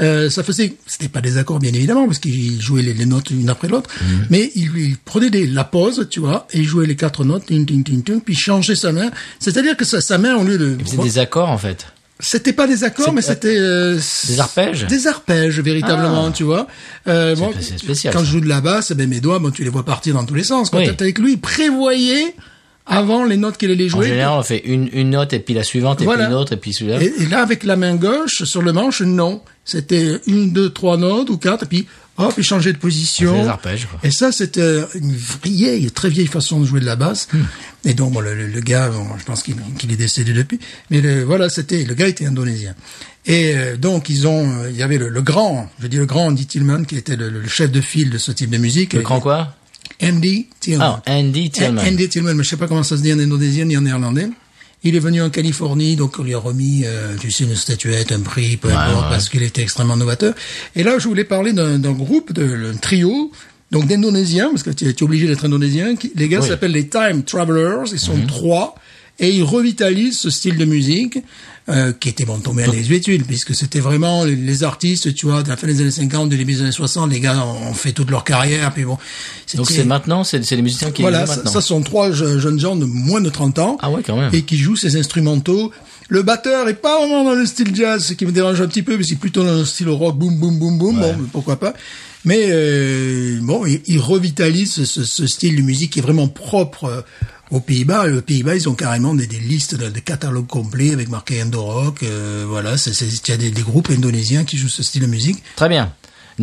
Speaker 2: Euh, ça faisait, c'était pas des accords bien évidemment parce qu'il jouait les, les notes une après l'autre, mais il, il prenait des, la pause, tu vois, et il jouait les quatre notes, ting, ting, ting, ting, puis il changeait sa main. C'est-à-dire que sa, sa main au lieu de,
Speaker 1: C'est des accords en fait.
Speaker 2: c'était pas des accords,
Speaker 1: C'est-
Speaker 2: mais c'était euh,
Speaker 1: Des arpèges
Speaker 2: Des arpèges véritablement,
Speaker 1: Ah.
Speaker 2: tu vois. Euh, moi,
Speaker 1: c'est spécial,
Speaker 2: Quand
Speaker 1: ça.
Speaker 2: je joue de la basse, ben mes doigts, bon, tu les vois partir dans tous les sens. Quand
Speaker 1: Oui.
Speaker 2: t'es avec lui, il prévoyait avant les notes qu'il allait
Speaker 1: En
Speaker 2: jouer.
Speaker 1: général, on fait une, une note et puis la suivante et
Speaker 2: Voilà.
Speaker 1: puis une autre et puis celui-là.
Speaker 2: Et, et là, avec la main gauche sur le manche, non. C'était une, deux, trois notes ou quatre, et puis hop, il changeait de
Speaker 1: On fait
Speaker 2: position.
Speaker 1: des arpèges, quoi.
Speaker 2: Et ça, c'était une vieille, très vieille façon de jouer de la basse.
Speaker 1: Hmm.
Speaker 2: Et donc, bon, le, le- le gars, bon, je pense qu'il qu'il est décédé depuis, mais le- voilà, c'était le gars était indonésien. Et euh, donc, ils ont, euh, il y avait le, le grand, je dis le grand Andy Tillman, qui était le, le chef de file de ce type de musique.
Speaker 1: Le grand quoi
Speaker 2: Andy Tillman.
Speaker 1: Ah, Andy Tillman.
Speaker 2: Eh, Andy Tillman, mais je sais pas comment ça se dit en indonésien ni en néerlandais. Il est venu en Californie, donc on lui a remis, euh, tu sais, une statuette, un prix, peu importe, parce qu'il était extrêmement novateur. Et là, je voulais parler d'un d'un groupe, d'un trio, donc d'indonésiens, parce que tu, tu es obligé d'être indonésien. qui- les gars
Speaker 1: Oui. Mhm.
Speaker 2: s'appellent les Time Travelers, ils sont trois, et ils revitalisent ce style de musique, euh, qui était bon tombé à des études, puisque c'était vraiment les, les artistes, tu vois, de la fin des années 50, du début des années 60, les gars ont, ont fait toute leur carrière, puis bon.
Speaker 1: Donc
Speaker 2: c'était-
Speaker 1: c'est maintenant, c'est c'est les musiciens qui
Speaker 2: voilà,
Speaker 1: jouent
Speaker 2: ça,
Speaker 1: maintenant.
Speaker 2: ça sont trois je- jeunes gens de moins de 30 ans.
Speaker 1: Ah ouais, quand même.
Speaker 2: Et qui jouent ces instrumentaux. Le batteur est pas vraiment dans le style jazz, ce qui me dérange un petit peu, mais c'est plutôt dans le style rock, boum, boum, boum, boum, bon, pourquoi pas. Mais euh, bon, ils, ils revitalisent ce- ce, ce style de musique qui est vraiment propre euh, aux Pays-Bas. Les Pays-Bas, ils ont carrément des, des listes, de- des catalogues complets avec marqué Indo-Rock. euh, voilà, c'est- c'est- il y a des, des groupes indonésiens qui jouent ce style de musique.
Speaker 1: Très bien.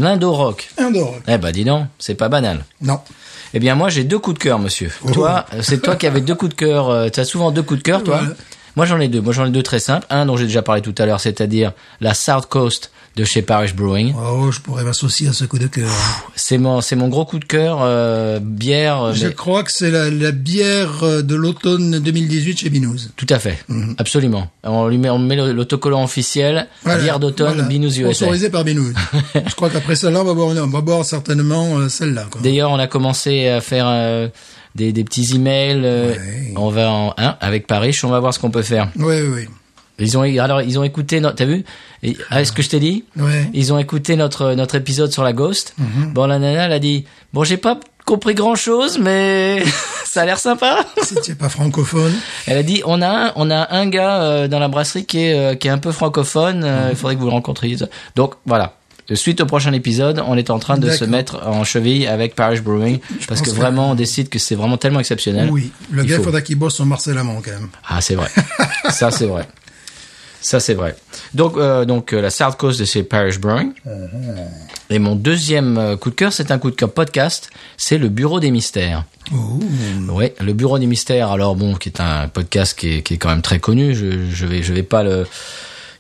Speaker 1: L'Indo-Rock.
Speaker 2: Indo-Rock,
Speaker 1: Eh ben dis donc, c'est pas banal.
Speaker 2: non.
Speaker 1: Eh bien moi j'ai deux coups de cœur, monsieur.
Speaker 2: Oh.
Speaker 1: Toi, euh, c'est toi qui avais deux coups de cœur. euh, T'as souvent deux coups de cœur, toi.
Speaker 2: Ouais.
Speaker 1: Moi j'en ai deux. Moi j'en ai deux très simples. Un dont j'ai déjà parlé tout à l'heure, c'est-à-dire la South Coast de chez Parish Brewing.
Speaker 2: Oh, je pourrais m'associer à ce coup de cœur.
Speaker 1: C'est mon, c'est mon gros coup de cœur euh, bière. euh,
Speaker 2: Je
Speaker 1: mais-
Speaker 2: crois que c'est la, la bière euh, de l'automne 2018 chez Binous.
Speaker 1: Tout à fait, absolument. On lui met, on met le- l'autocollant officiel, bière d'automne, Binous USA.
Speaker 2: Sponsorisée par Binous. je crois qu'après celle-là, on va boire, on va boire certainement euh, celle-là. quoi.
Speaker 1: D'ailleurs, on a commencé à faire euh, des, des petits emails. euh,
Speaker 2: Ouais.
Speaker 1: On va en hein, avec Paris, on va voir ce qu'on peut faire.
Speaker 2: Oui, oui,
Speaker 1: Ils ont alors ils ont écouté, no- t'as vu Et- ah, Est-ce que je t'ai dit
Speaker 2: oui. Ouais.
Speaker 1: Ils ont écouté notre notre épisode sur la Ghost. Bon, la nana, elle a dit bon, j'ai pas compris grand chose, mais ça a l'air sympa.
Speaker 2: Si tu n'es pas francophone,
Speaker 1: Elle a dit on a un, on a un gars euh, dans la brasserie qui est euh, qui est un peu francophone.
Speaker 2: Mhm.
Speaker 1: euh, Il faudrait que vous le rencontriez. Donc voilà. Suite au prochain épisode, on est en train de se
Speaker 2: D'accord.
Speaker 1: mettre en cheville avec Parish Brewing parce
Speaker 2: pense
Speaker 1: que
Speaker 2: que-
Speaker 1: vraiment on décide que c'est vraiment tellement exceptionnel.
Speaker 2: oui. Le
Speaker 1: Hein? Il
Speaker 2: gars, il
Speaker 1: faut.
Speaker 2: faudra qu'il bosse son Marcel Amand quand même.
Speaker 1: Ah c'est vrai. Ça c'est vrai. Ça c'est vrai. Donc euh, donc euh, la South Coast de chez Parish Brewing.
Speaker 2: Uh-huh.
Speaker 1: Et mon deuxième euh, coup de cœur, c'est un coup de cœur podcast. C'est le Bureau des mystères.
Speaker 2: Oh.
Speaker 1: Oui, le Bureau des mystères. Alors bon, qui est un podcast qui est, qui est quand même très connu. Je, je vais, je vais pas le,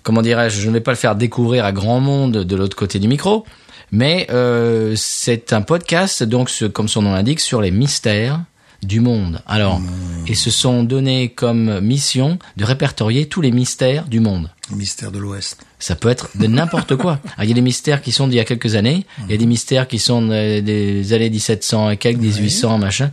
Speaker 1: comment dirais-je, je ne vais pas le faire découvrir à grand monde de l'autre côté du micro. Mais euh, c'est un podcast, donc ce- comme son nom l'indique, sur les mystères du monde. Alors, et se sont donnés comme mission de répertorier tous les mystères du monde.
Speaker 2: Mystère de l'Ouest.
Speaker 1: Ça peut être de n'importe quoi. Alors, Il y a des mystères qui sont d'il y a quelques années, il y a des mystères qui sont de- des années 1700 et quelques, 1800, machin.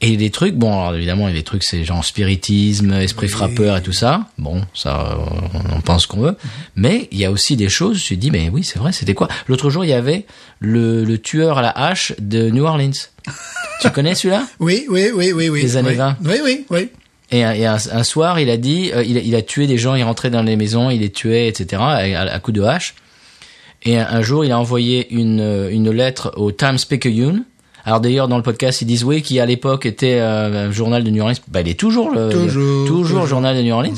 Speaker 1: Et des trucs, bon, alors évidemment, il y a des trucs, c'est genre spiritisme, esprit frappeur et tout ça. Bon, ça, euh, on en pense qu'on veut. Mais il y a aussi des choses, je me suis dit, mais oui, c'est vrai, c'était quoi L'autre jour, il y avait le, le tueur à la hache de New Orleans. tu connais celui-là
Speaker 2: Oui, oui, oui, oui, oui.
Speaker 1: Les années
Speaker 2: oui.
Speaker 1: 20.
Speaker 2: Oui, oui, oui.
Speaker 1: et, un, et un- un soir, il a dit, euh, il, a- il a tué des gens, il rentrait dans les maisons, il les tuait, etc. à, à coups de hache. Et un, un jour, il a envoyé une, euh, une lettre au Times Picayune. Alors d'ailleurs, dans le podcast, ils disent oui, qui à l'époque était euh, un journal de New Orleans. Bah, il est toujours le,
Speaker 2: Toujours,
Speaker 1: le-
Speaker 2: toujours. Mhm.
Speaker 1: journal de New Orleans.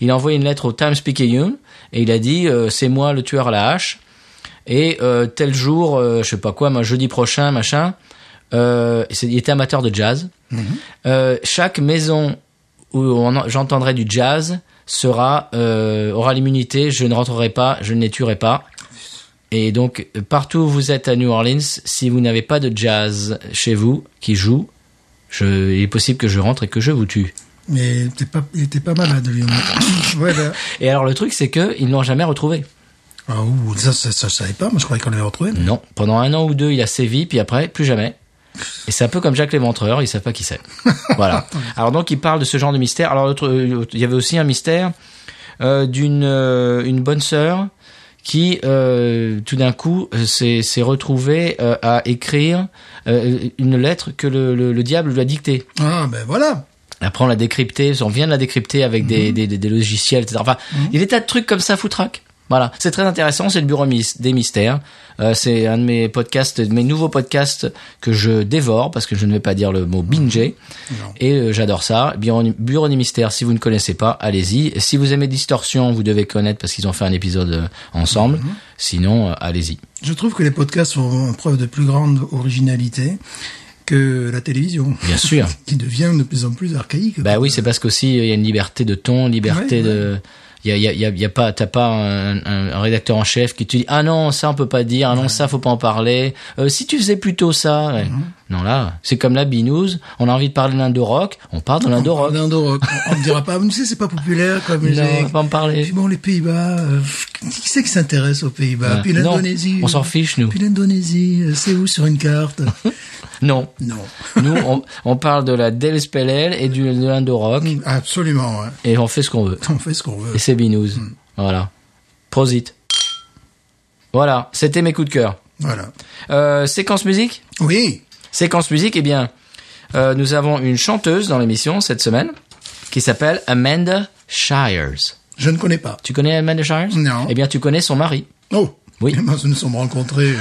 Speaker 1: Il a envoyé une lettre au Times Picayune et il a dit euh, c'est moi le tueur à la hache. Et euh, tel jour, euh, je sais pas quoi, moi, jeudi prochain, machin. Euh, c'est- il était amateur de jazz. Euh, chaque maison où on en- j'entendrai du jazz sera euh, aura l'immunité. Je ne rentrerai pas, je ne les tuerai pas. Et donc euh, partout où vous êtes à New Orleans, si vous n'avez pas de jazz chez vous qui joue, je, il est possible que je rentre et que je vous tue.
Speaker 2: Mais t'es pas, il était pas malade, lui. voilà.
Speaker 1: Et alors le truc c'est que ils l'ont jamais retrouvé.
Speaker 2: Ah, ouh, ça, ça, ça, je savais pas. Moi, je croyais qu'on l'avait retrouvé.
Speaker 1: Non, pendant un an ou deux il a sévi, puis après plus jamais. Et c'est un peu comme Jacques Léventreur, ils savent pas qui c'est. Voilà. Alors donc il parle de ce genre de mystère. Alors l'autre, euh, il y avait aussi un mystère euh, d'une euh, une bonne sœur qui euh, tout d'un coup euh, s'est s'est retrouvée euh, à écrire euh, une lettre que le, le- le diable lui a dictée.
Speaker 2: Ah, ben voilà.
Speaker 1: Après, on l'a décrypté, on vient de la décrypter avec des, des, des- des logiciels, etc. Enfin, il y a des tas de trucs comme ça foutraque. Voilà, c'est très intéressant, c'est le bureau mis- des mystères. Euh, c'est un de mes podcasts, de mes nouveaux podcasts que je dévore, parce que je ne vais pas dire le mot binger. Et euh, j'adore ça. Bureau, bureau des mystères, si vous ne connaissez pas, allez-y. Si vous aimez Distorsion, vous devez connaître parce qu'ils ont fait un épisode euh, ensemble. Sinon, euh, allez-y.
Speaker 2: Je trouve que les podcasts font preuve de plus grande originalité que la télévision.
Speaker 1: Bien sûr.
Speaker 2: qui devient de plus en plus archaïque.
Speaker 1: Bah oui, c'est parce qu'aussi il y a une liberté de ton, liberté
Speaker 2: Ouais,
Speaker 1: de. Il y a, il y a- il y a- il y a pas, t'as pas un, un- un rédacteur en chef qui te dit ah non ça on peut pas dire, ah non ça faut pas en parler. Euh, si tu faisais plutôt ça, ouais.
Speaker 2: Mhm.
Speaker 1: non là c'est comme la binouze, on a envie de parler d'Indo-Rock, on parle de l'Indo-Rock.
Speaker 2: L'Indo-Rock. On ne dira pas, mais tu sais, c'est pas populaire comme
Speaker 1: Non, on
Speaker 2: musique.
Speaker 1: va pas en
Speaker 2: Et
Speaker 1: parler.
Speaker 2: puis bon, les Pays-Bas, euh, qui c'est qui s'intéresse aux Pays-Bas
Speaker 1: Ouais.
Speaker 2: Puis
Speaker 1: Bah, Non,
Speaker 2: l'Indonésie.
Speaker 1: on s'en fiche, nous.
Speaker 2: Puis l'Indonésie, euh, c'est où sur une carte
Speaker 1: Non,
Speaker 2: Non.
Speaker 1: nous on, on parle de la Del Spellel et du, de l'Indo-Rock
Speaker 2: Absolument, ouais.
Speaker 1: et on fait ce qu'on veut.
Speaker 2: On fait ce qu'on veut.
Speaker 1: Et c'est binouze.
Speaker 2: Mhm.
Speaker 1: Voilà. Prosit. Voilà, c'était mes coups de cœur.
Speaker 2: Voilà.
Speaker 1: Euh, séquence musique
Speaker 2: Oui.
Speaker 1: Séquence musique, eh bien, euh, nous avons une chanteuse dans l'émission cette semaine qui s'appelle Amanda Shires.
Speaker 2: Je ne connais pas.
Speaker 1: Tu connais Amanda Shires
Speaker 2: Non.
Speaker 1: Eh bien, tu connais son mari.
Speaker 2: Oh
Speaker 1: Oui.
Speaker 2: Moi, nous nous sommes rencontrés.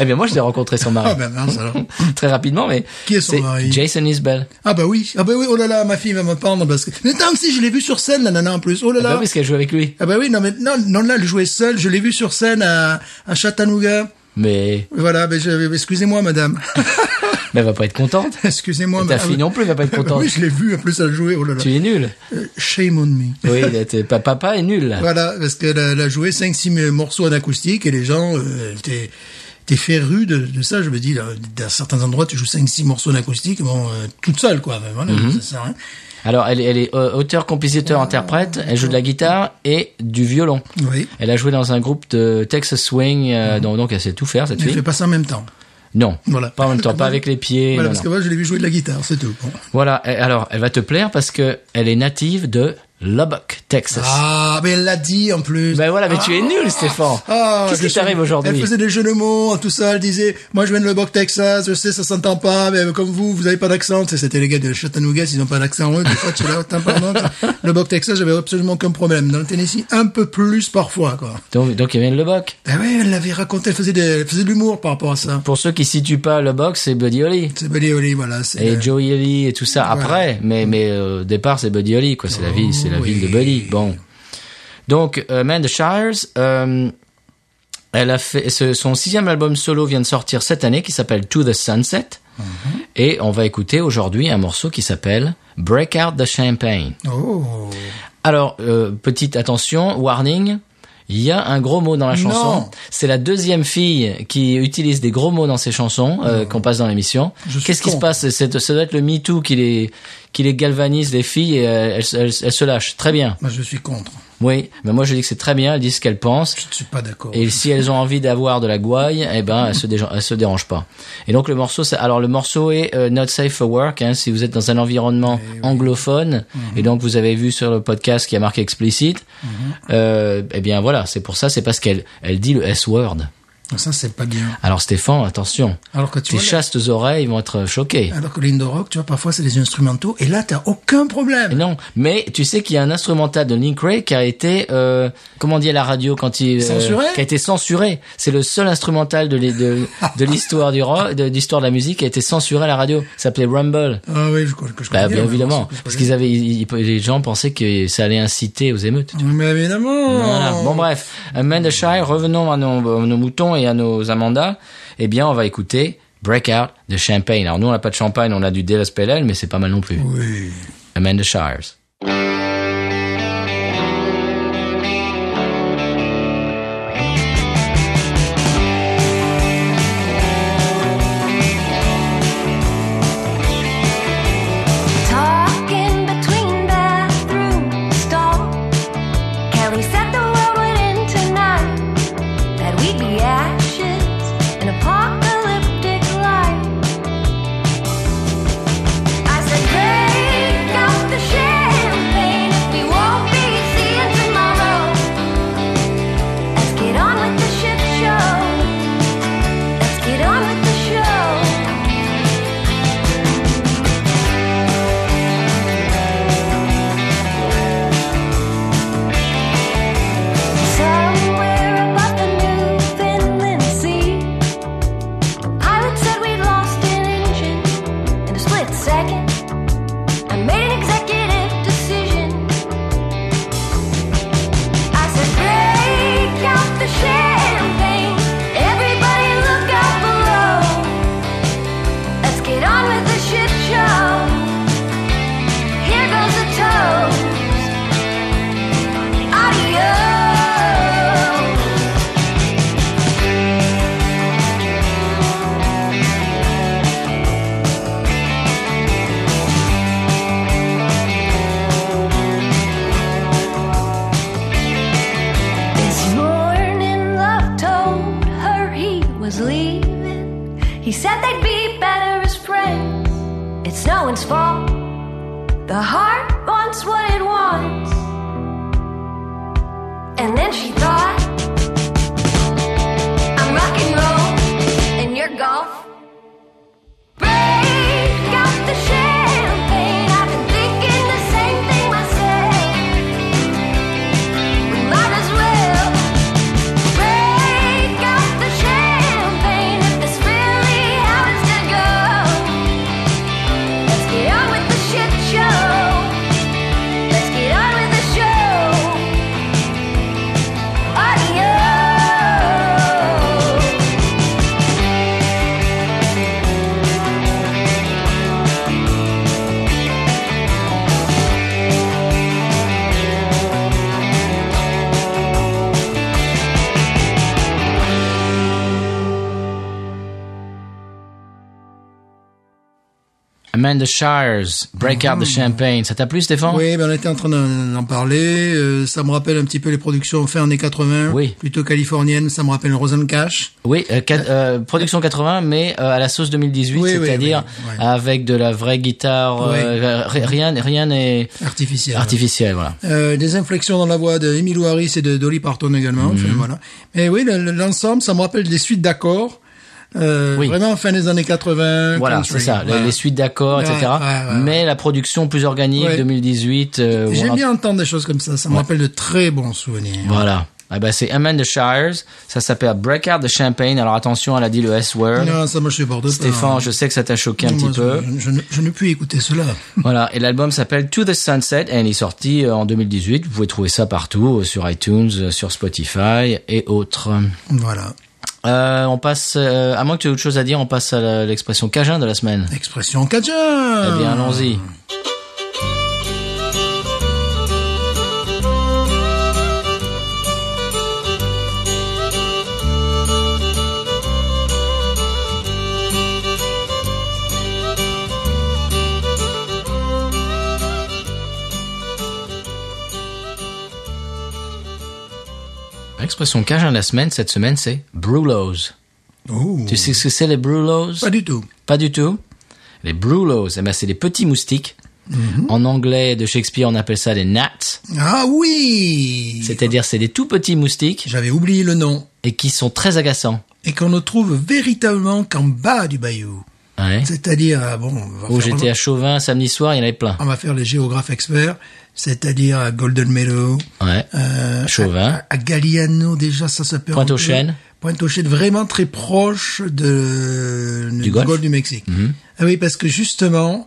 Speaker 1: eh bien, moi, je l'ai rencontré son
Speaker 2: ah
Speaker 1: mari.
Speaker 2: ben mince alors.
Speaker 1: Très rapidement, mais
Speaker 2: Qui est son
Speaker 1: c'est
Speaker 2: mari
Speaker 1: Jason Isbell.
Speaker 2: Ah bah oui. Ah bah oui, oh là là, ma fille va me pendre parce que... Mais attends, si, je l'ai vu sur scène, la nana en plus. Oh là
Speaker 1: Ah
Speaker 2: là.
Speaker 1: bah oui, parce qu'elle joue avec lui.
Speaker 2: Ah bah oui, non mais non, non là, elle jouait seule. Je l'ai vu sur scène à, à Chattanooga.
Speaker 1: Mais
Speaker 2: Voilà, ben je- excusez-moi madame.
Speaker 1: mais elle va pas être contente.
Speaker 2: excusez-moi
Speaker 1: Et ta
Speaker 2: madame.
Speaker 1: fille non plus va pas être
Speaker 2: Ah bah
Speaker 1: contente.
Speaker 2: oui, je l'ai vu en plus elle jouait. Oh là là.
Speaker 1: Tu es nul.
Speaker 2: Euh, Shame on me.
Speaker 1: Oui, t'es- pa- papa est nul. là.
Speaker 2: Voilà, parce qu'elle a, elle a joué 5-6 morceaux en acoustique et les gens euh, étaient, étaient férus de, de ça. Je me dis, là, dans certains endroits, tu joues 5-6 morceaux en acoustique, bon, euh, toute seule, quoi. Ben Voilà,
Speaker 1: Mhm.
Speaker 2: ça sert à rien.
Speaker 1: Alors, elle, elle est euh, auteur, compositeur, interprète. Elle joue de la guitare et du violon.
Speaker 2: Oui,
Speaker 1: Elle a joué dans un groupe de Texas Swing, euh, donc, donc elle sait tout faire cette
Speaker 2: Mhm. mais je
Speaker 1: fille.
Speaker 2: fais pas ça en même temps.
Speaker 1: Non,
Speaker 2: Voilà.
Speaker 1: pas en même temps, pas avec les pieds.
Speaker 2: Voilà,
Speaker 1: non,
Speaker 2: parce
Speaker 1: non.
Speaker 2: que moi, je l'ai vu jouer de la guitare, c'est tout. Bon.
Speaker 1: Voilà, et alors elle va te plaire parce que elle est native de Lubbock, Texas.
Speaker 2: Ah, mais elle l'a dit en plus.
Speaker 1: Ben voilà, mais tu es nul, Stéphane.
Speaker 2: Ah,
Speaker 1: Qu'est-ce
Speaker 2: je
Speaker 1: qui t'arrive
Speaker 2: sais. Elle
Speaker 1: aujourd'hui
Speaker 2: faisait des jeux de mots, hein, tout ça. Elle disait, moi je viens de Lubbock, Texas, je sais, ça s'entend pas, mais euh, comme vous, vous avez pas d'accent. Tu sais, C'était les gars de Chattanooga, ils ont pas d'accent, eux, des fois, tu l'as, attends, pardon. Lubbock, Texas, j'avais absolument aucun problème. Dans le Tennessee, un peu plus parfois, quoi.
Speaker 1: Donc, donc elle vient de Lubbock.
Speaker 2: Ben ouais, elle l'avait raconté, elle faisait, des, elle faisait de l'humour par rapport à ça.
Speaker 1: Pour ceux qui situent pas Lubbock, c'est Buddy Holly
Speaker 2: C'est Buddy Holly, voilà. c'est-
Speaker 1: et Joey Holly et tout ça après. Mais mais euh, au départ, c'est Buddy Holly quoi. C'est la ville, c'est la
Speaker 2: Oh, oui.
Speaker 1: ville de Buddy. Bon. Donc euh, Amanda Shires. euh, elle a fait ce- son sixième album solo vient de sortir cette année qui s'appelle To the Sunset
Speaker 2: Mhm.
Speaker 1: et on va écouter aujourd'hui un morceau qui s'appelle Break Out the Champagne.
Speaker 2: Oh.
Speaker 1: Alors, euh, petite attention, warning. Il y a un gros mot dans la chanson.
Speaker 2: Non.
Speaker 1: C'est la deuxième fille qui utilise des gros mots dans ses chansons euh, qu'on passe dans l'émission.
Speaker 2: Je suis
Speaker 1: Qu'est-ce qui se
Speaker 2: con.
Speaker 1: passe C'est Ça doit être le Me Too qui les qui les galvanise les filles et euh, elles, elles- elles se lâchent. Très bien.
Speaker 2: Moi, je suis contre.
Speaker 1: Oui, mais moi je dis que c'est très bien. Elles disent ce qu'elles pensent.
Speaker 2: Je ne suis pas d'accord.
Speaker 1: Et si elles ont envie d'avoir de la gouaille, eh ben elles se, déja- elles se dérangent pas. Et donc le morceau, c'est- alors le morceau est euh, Not Safe for Work. hein, si vous êtes dans un environnement
Speaker 2: Eh
Speaker 1: anglophone,
Speaker 2: Mhm.
Speaker 1: et donc vous avez vu sur le podcast qui a marqué explicite, euh, eh bien voilà, c'est pour ça, c'est parce qu'elle elle dit le S word.
Speaker 2: Ça, c'est pas bien.
Speaker 1: Alors Stéphane, attention,
Speaker 2: Alors que Ah, tu
Speaker 1: tes
Speaker 2: vois,
Speaker 1: chastes oreilles vont être choquées.
Speaker 2: alors que l'Indo Rock, tu vois, parfois, c'est des instrumentaux, et là, t'as aucun problème.
Speaker 1: Non, mais tu sais qu'il y a un instrumental de Link Ray qui a été, euh, comment on dit à la radio quand il euh,
Speaker 2: Censuré
Speaker 1: qui a été censuré. C'est le seul instrumental de l'hi- de, de l'histoire du rock, de, de l'histoire de la musique qui a été censuré à la radio. Ça s'appelait Rumble.
Speaker 2: Ah oui, je, que je connais.
Speaker 1: Bah, bien
Speaker 2: ouais,
Speaker 1: évidemment,
Speaker 2: je- je
Speaker 1: parce
Speaker 2: connais.
Speaker 1: qu'ils avaient, ils- ils- les gens pensaient que ça allait inciter aux émeutes.
Speaker 2: Mais évidemment.
Speaker 1: Voilà. Bon bref, Amanda Shire, revenons à nos, à nos moutons et à nos Amanda. Eh bien, on va écouter Breakout de Champagne. Alors nous, on n'a pas de champagne, on a du Delos Pelel, mais c'est pas mal non plus.
Speaker 2: Oui.
Speaker 1: Amanda Shires.
Speaker 4: Talking between bathroom stalls. Kelly said the world would end tonight. That we'd be ashes in apocalyptic light. its fault. The heart wants what it wants. And then she thought, I'm rock and roll, and you're golf. Break out the champagne. I've been thinking the same thing myself. We might as well break out the champagne if this really how it's to go. Let's get on with the shit show. Let's get on with the show. Audio.
Speaker 1: Amanda Shires, Break Out the Champagne. Ça t'a plu, Stéphane
Speaker 2: Ah. Oui, ben on était en train d'en d'en parler. euh, ça me rappelle un petit peu les productions fin années 80,
Speaker 1: Oui.
Speaker 2: plutôt californiennes. Ça me rappelle Roseanne Cash.
Speaker 1: Oui, euh, quat- euh, production 80, mais euh, à la sauce 2018,
Speaker 2: Oui, oui,
Speaker 1: c'est-à-dire
Speaker 2: oui, oui.
Speaker 1: avec de la vraie guitare, euh, ri- rien, rien n'est
Speaker 2: Artificielle.
Speaker 1: artificiel, voilà.
Speaker 2: Euh, des inflexions dans la voix de Emilio Harris et de Dolly Parton également. Enfin,
Speaker 1: Mhm.
Speaker 2: voilà. Mais oui, le- le- l'ensemble, ça me rappelle des suites d'accords. Euh,
Speaker 1: Oui.
Speaker 2: Vraiment fin des années 80.
Speaker 1: Voilà,
Speaker 2: country.
Speaker 1: c'est ça, les-
Speaker 2: Voilà.
Speaker 1: les suites d'accords,
Speaker 2: Ouais,
Speaker 1: etc.
Speaker 2: ouais, ouais, ouais.
Speaker 1: Mais la production plus organique,
Speaker 2: Ouais.
Speaker 1: 2018. euh,
Speaker 2: J'aime
Speaker 1: voilà.
Speaker 2: bien entendre des choses comme ça. Ça me rappelle de très bons souvenirs.
Speaker 1: Voilà. Ah ben, c'est Amanda Shires, ça s'appelle Break Out the Champagne. Alors attention, elle a dit le S-word.
Speaker 2: Non, Ah, ça, moi, je supporte pas.
Speaker 1: Stéphane, je sais que ça t'a choqué un
Speaker 2: Moi,
Speaker 1: petit peu.
Speaker 2: Je, je ne- je ne puis écouter cela.
Speaker 1: Voilà, et l'album s'appelle To the Sunset et il est sorti euh, en 2018. Vous pouvez trouver ça partout, euh, sur iTunes, euh, sur Spotify et autres.
Speaker 2: Voilà.
Speaker 1: Euh, on passe, euh, à moins que tu aies autre chose à dire, on passe à la- l'expression cajun de la semaine.
Speaker 2: Expression Cajun.
Speaker 1: Eh bien, allons-y. L'expression cajun de la semaine, cette semaine, c'est brulos.
Speaker 2: Oh.
Speaker 1: Tu sais ce que c'est les brulos
Speaker 2: Pas du tout.
Speaker 1: pas du tout. Les brulos, eh ben, c'est des petits moustiques.
Speaker 2: Mhm.
Speaker 1: En anglais de Shakespeare, on appelle ça des gnats.
Speaker 2: Ah oui
Speaker 1: C'est-à-dire, c'est des tout petits moustiques
Speaker 2: J'avais oublié le nom.
Speaker 1: et qui sont très agaçants.
Speaker 2: Et qu'on ne trouve véritablement qu'en bas du bayou.
Speaker 1: Ouais.
Speaker 2: C'est-à-dire, ah bon, on va,
Speaker 1: Où
Speaker 2: faire,
Speaker 1: j'étais à Chauvin samedi soir, il y en avait plein.
Speaker 2: on va faire les géographes experts, c'est-à-dire à Golden Meadow,
Speaker 1: Ouais.
Speaker 2: euh,
Speaker 1: Chauvin.
Speaker 2: à, à Galliano déjà, ça s'appelle...
Speaker 1: Pointe-aux-Chênes.
Speaker 2: Pointe-aux-Chênes, vraiment très proche de, du,
Speaker 1: Golfe.
Speaker 2: golfe du Mexique.
Speaker 1: Mhm.
Speaker 2: Ah oui, parce que justement,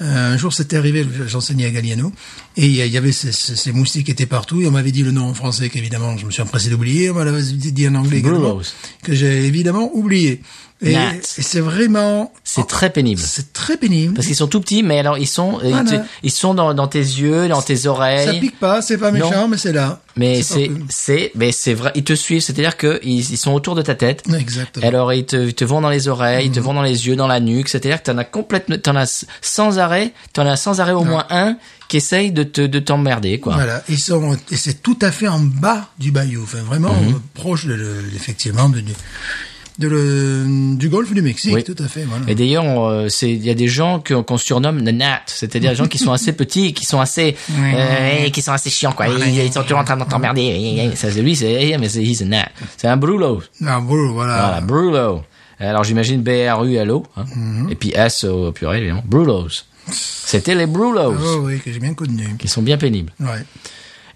Speaker 2: euh, un jour c'était arrivé, j'enseignais à Galliano, et il y a- il y avait ces, ces- ces moustiques qui étaient partout, et on m'avait dit le nom en français qu'évidemment je me suis empressé d'oublier, on m'avait dit en anglais également,
Speaker 1: Burroughs.
Speaker 2: que j'ai évidemment oublié. Et,
Speaker 1: Nat.
Speaker 2: et c'est vraiment...
Speaker 1: C'est très pénible.
Speaker 2: C'est très pénible.
Speaker 1: Parce qu'ils sont tout petits, mais alors ils sont, euh, ils,
Speaker 2: Voilà.
Speaker 1: te- ils sont dans, dans tes yeux, dans tes
Speaker 2: Ah, Ça
Speaker 1: oreilles.
Speaker 2: pique pas, c'est pas méchant,
Speaker 1: Non.
Speaker 2: mais c'est là.
Speaker 1: Mais
Speaker 2: pas
Speaker 1: c'est,
Speaker 2: cool.
Speaker 1: c'est, mais c'est vrai, ils te suivent, c'est-à-dire que ils, ils sont autour de ta tête.
Speaker 2: Exactement.
Speaker 1: Alors ils te, ils te vont dans les oreilles, ils te vont dans les yeux, dans la nuque, c'est-à-dire que t'en as complètement, t'en as sans arrêt, t'en as sans arrêt au moins un qui essaye de te, de t'emmerder quoi.
Speaker 2: Voilà, ils sont et c'est tout à fait en bas du bayou, enfin vraiment
Speaker 1: Mhm.
Speaker 2: euh, proche de, le- effectivement de, du- de le- du golfe du Mexique,
Speaker 1: Oui.
Speaker 2: tout à fait. Voilà.
Speaker 1: Et d'ailleurs, on, euh, c'est il y a des gens que- qu'on surnomme the gnat, c'est-à-dire des gens qui sont assez petits, qui sont assez, euh, qui sont assez chiants quoi. Ils, ils sont toujours en train de t'emmerder. Ça c'est lui, c'est mais c'est he's a gnat. C'est un brulot.
Speaker 2: Ah, bon,
Speaker 1: Voilà,
Speaker 2: voilà.
Speaker 1: brulot. Alors j'imagine B R U L O, hein. et puis S au pluriel évidemment. Brulos. C'était les brulos
Speaker 2: Ah oui, que j'ai bien connu.
Speaker 1: qui sont bien pénibles.
Speaker 2: Ouais.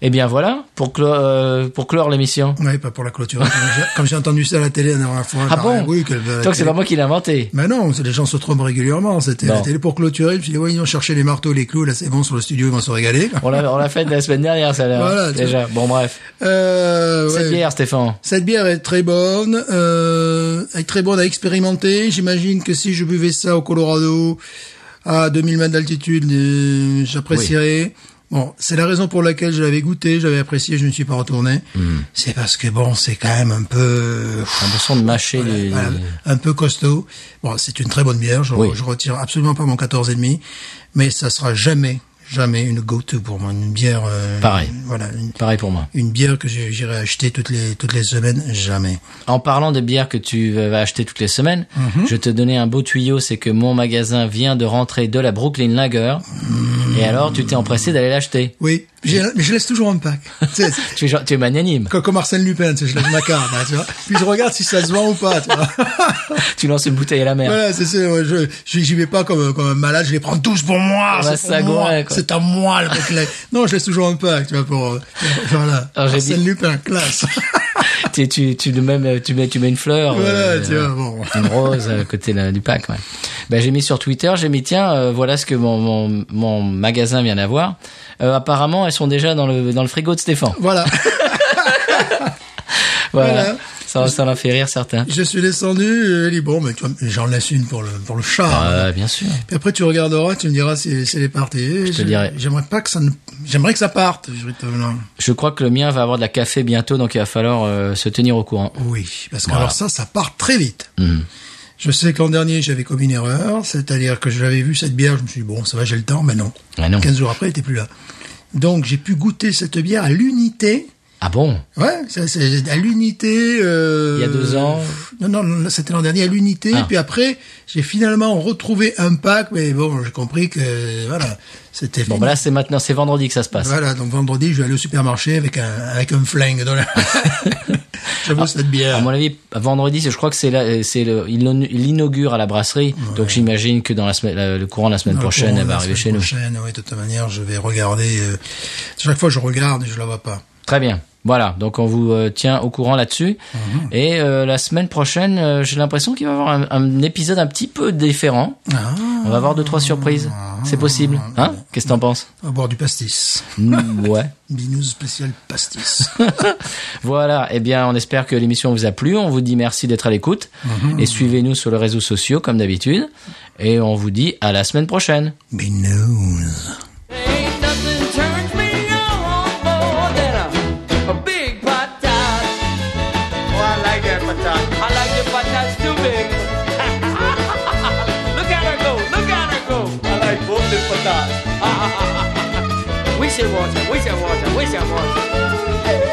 Speaker 1: Eh bien voilà, pour, clo- euh, pour clore l'émission.
Speaker 2: Ouais, pas pour la clôture. Comme j'ai- Comme j'ai entendu ça à la télé la dernière fois.
Speaker 1: Ah
Speaker 2: par-
Speaker 1: bon
Speaker 2: Oui, que la
Speaker 1: Donc c'est
Speaker 2: télé-
Speaker 1: pas moi qui l'ai inventé.
Speaker 2: Mais non, c'est- les gens se trompent régulièrement. C'était la
Speaker 1: Non.
Speaker 2: télé pour clôturer. Je me suis dit, ouais, ils ont cherché les marteaux, les clous. Là, c'est bon, sur le studio, ils vont se régaler.
Speaker 1: On l'a on l'a fait de la semaine dernière, ça là.
Speaker 2: Voilà, tu
Speaker 1: déjà. Bon bref.
Speaker 2: Euh,
Speaker 1: Cette
Speaker 2: ouais.
Speaker 1: bière, Stéphane.
Speaker 2: Cette bière est très bonne, euh, elle est très bonne à expérimenter. J'imagine que si je buvais ça au Colorado, à 2000 mètres d'altitude, euh, j'apprécierais. Bon, c'est la raison pour laquelle je l'avais goûté, j'avais apprécié, je ne suis pas retourné.
Speaker 1: Hmm.
Speaker 2: C'est parce que bon, c'est quand même un peu, euh,
Speaker 1: J'ai l'impression de mâcher les-
Speaker 2: voilà,
Speaker 1: les-
Speaker 2: un peu costaud. Bon, c'est une très bonne bière, je,
Speaker 1: Oui.
Speaker 2: je retire absolument pas mon 14,5, mais ça sera jamais, jamais une go-to pour moi, une bière. euh,
Speaker 1: Pareil.
Speaker 2: Voilà, une,
Speaker 1: Pareil pour moi.
Speaker 2: une bière que j'ai- j'irai acheter toutes les toutes les semaines, jamais.
Speaker 1: En parlant de bières que tu euh, vas acheter toutes les semaines,
Speaker 2: Mhm.
Speaker 1: je vais te donner un beau tuyau, c'est que mon magasin vient de rentrer de la Brooklyn Lager.
Speaker 2: Mhm.
Speaker 1: Et alors, tu t'es empressé d'aller l'acheter.
Speaker 2: Oui, j'ai- mais je laisse toujours un pack. Tu sais,
Speaker 1: Tu es, genre- tu es magnanime.
Speaker 2: co- Comme Arsène Lupin, tu sais, je lève ma carte, hein, tu vois. Puis je regarde si ça se vend ou pas, tu vois.
Speaker 1: Tu lances une bouteille à la mer.
Speaker 2: Voilà, c'est ça. ouais, Je je- j'y vais pas comme comme un malade. Je les prends tous pour
Speaker 1: Ah
Speaker 2: moi.
Speaker 1: bah,
Speaker 2: c'est
Speaker 1: ça
Speaker 2: pour moi.
Speaker 1: gouin, quoi.
Speaker 2: C'est à moi le mec. là. non, je laisse toujours un pack, tu vois, pour euh, voilà.
Speaker 1: Alors, j'ai
Speaker 2: Arsène
Speaker 1: dit-
Speaker 2: Lupin, classe.
Speaker 1: tu, tu, tu, le même, euh, tu, mets, tu mets une fleur.
Speaker 2: voilà,
Speaker 1: euh,
Speaker 2: tu vois. Bon.
Speaker 1: une rose à côté là, du pack. Ouais. Ben, j'ai mis sur Twitter, j'ai mis tiens, euh, voilà ce que mon, mon, mon magasin vient d'avoir. Euh, apparemment, elles sont déjà dans le, dans le frigo de Stéphane.
Speaker 2: Voilà.
Speaker 1: Voilà.
Speaker 2: Voilà.
Speaker 1: Ça, ça en a fait rire certains.
Speaker 2: Je suis descendu. euh, Elle dit bon, mais tu vois, j'en laisse une pour le pour le chat.
Speaker 1: Euh, bien sûr.
Speaker 2: Puis après, tu regarderas, tu me diras si si elle est partie. Je
Speaker 1: te dirai.
Speaker 2: J'aimerais pas que ça ne. J'aimerais que ça parte. véritablement.
Speaker 1: Je crois que le mien va avoir de la café bientôt, donc il va falloir euh, se tenir au courant.
Speaker 2: Oui, parce que
Speaker 1: Voilà.
Speaker 2: alors ça, ça part très vite.
Speaker 1: Mhm.
Speaker 2: Je sais que l'an dernier, j'avais commis une erreur, c'est-à-dire que je l'avais vu cette bière, je me suis dit, bon, ça va, j'ai le temps, mais non.
Speaker 1: Ah non.
Speaker 2: 15 jours après, elle était plus là. Donc, j'ai pu goûter cette bière à l'unité.
Speaker 1: Ah bon
Speaker 2: Ouais, ça, c'est à l'unité. euh,
Speaker 1: Il y a deux ans
Speaker 2: Non, non, non, c'était l'an dernier, à l'unité.
Speaker 1: Ah.
Speaker 2: Puis après, j'ai finalement retrouvé un pack, mais bon, j'ai compris que, voilà, c'était
Speaker 1: Bon,
Speaker 2: fini.
Speaker 1: ben là, c'est maintenant, c'est vendredi que ça se passe.
Speaker 2: Voilà, donc vendredi, je vais aller au supermarché avec un, avec un flingue dans la...
Speaker 1: Ah,
Speaker 2: J'avoue, cette bière.
Speaker 1: À mon avis, vendredi, c'est- je crois que c'est là, euh, c'est le, il l'on- il l'inaugure à la brasserie, donc j'imagine que dans la semaine, la- le courant de la semaine
Speaker 2: Dans le
Speaker 1: prochaine,
Speaker 2: courant
Speaker 1: elle
Speaker 2: de
Speaker 1: va
Speaker 2: la
Speaker 1: arriver
Speaker 2: semaine
Speaker 1: chez nous.
Speaker 2: prochaine, oui, de toute manière, je vais regarder. euh, chaque fois, je regarde et je la vois pas.
Speaker 1: Très bien. Voilà, donc on vous euh, tient au courant là-dessus. Et euh, la semaine prochaine, euh, j'ai l'impression qu'il va y avoir un, un épisode un petit peu différent.
Speaker 2: Ah,
Speaker 1: On va avoir deux trois surprises. C'est possible, hein Qu'est-ce que t'en penses
Speaker 2: on va boire du pastis.
Speaker 1: Mm, Ouais.
Speaker 2: Binous spécial pastis.
Speaker 1: Voilà. Eh bien, on espère que l'émission vous a plu. On vous dit merci d'être à l'écoute et suivez-nous sur les réseaux sociaux comme d'habitude. Et on vous dit à la semaine prochaine.
Speaker 2: Binous.
Speaker 3: Ain't nothing turns me on more than a, a big patat. Oh, I like that patat. I like the patats too big. look at her go, look at her go. I like both the patats. we should watch her, we should watch her, we should watch her.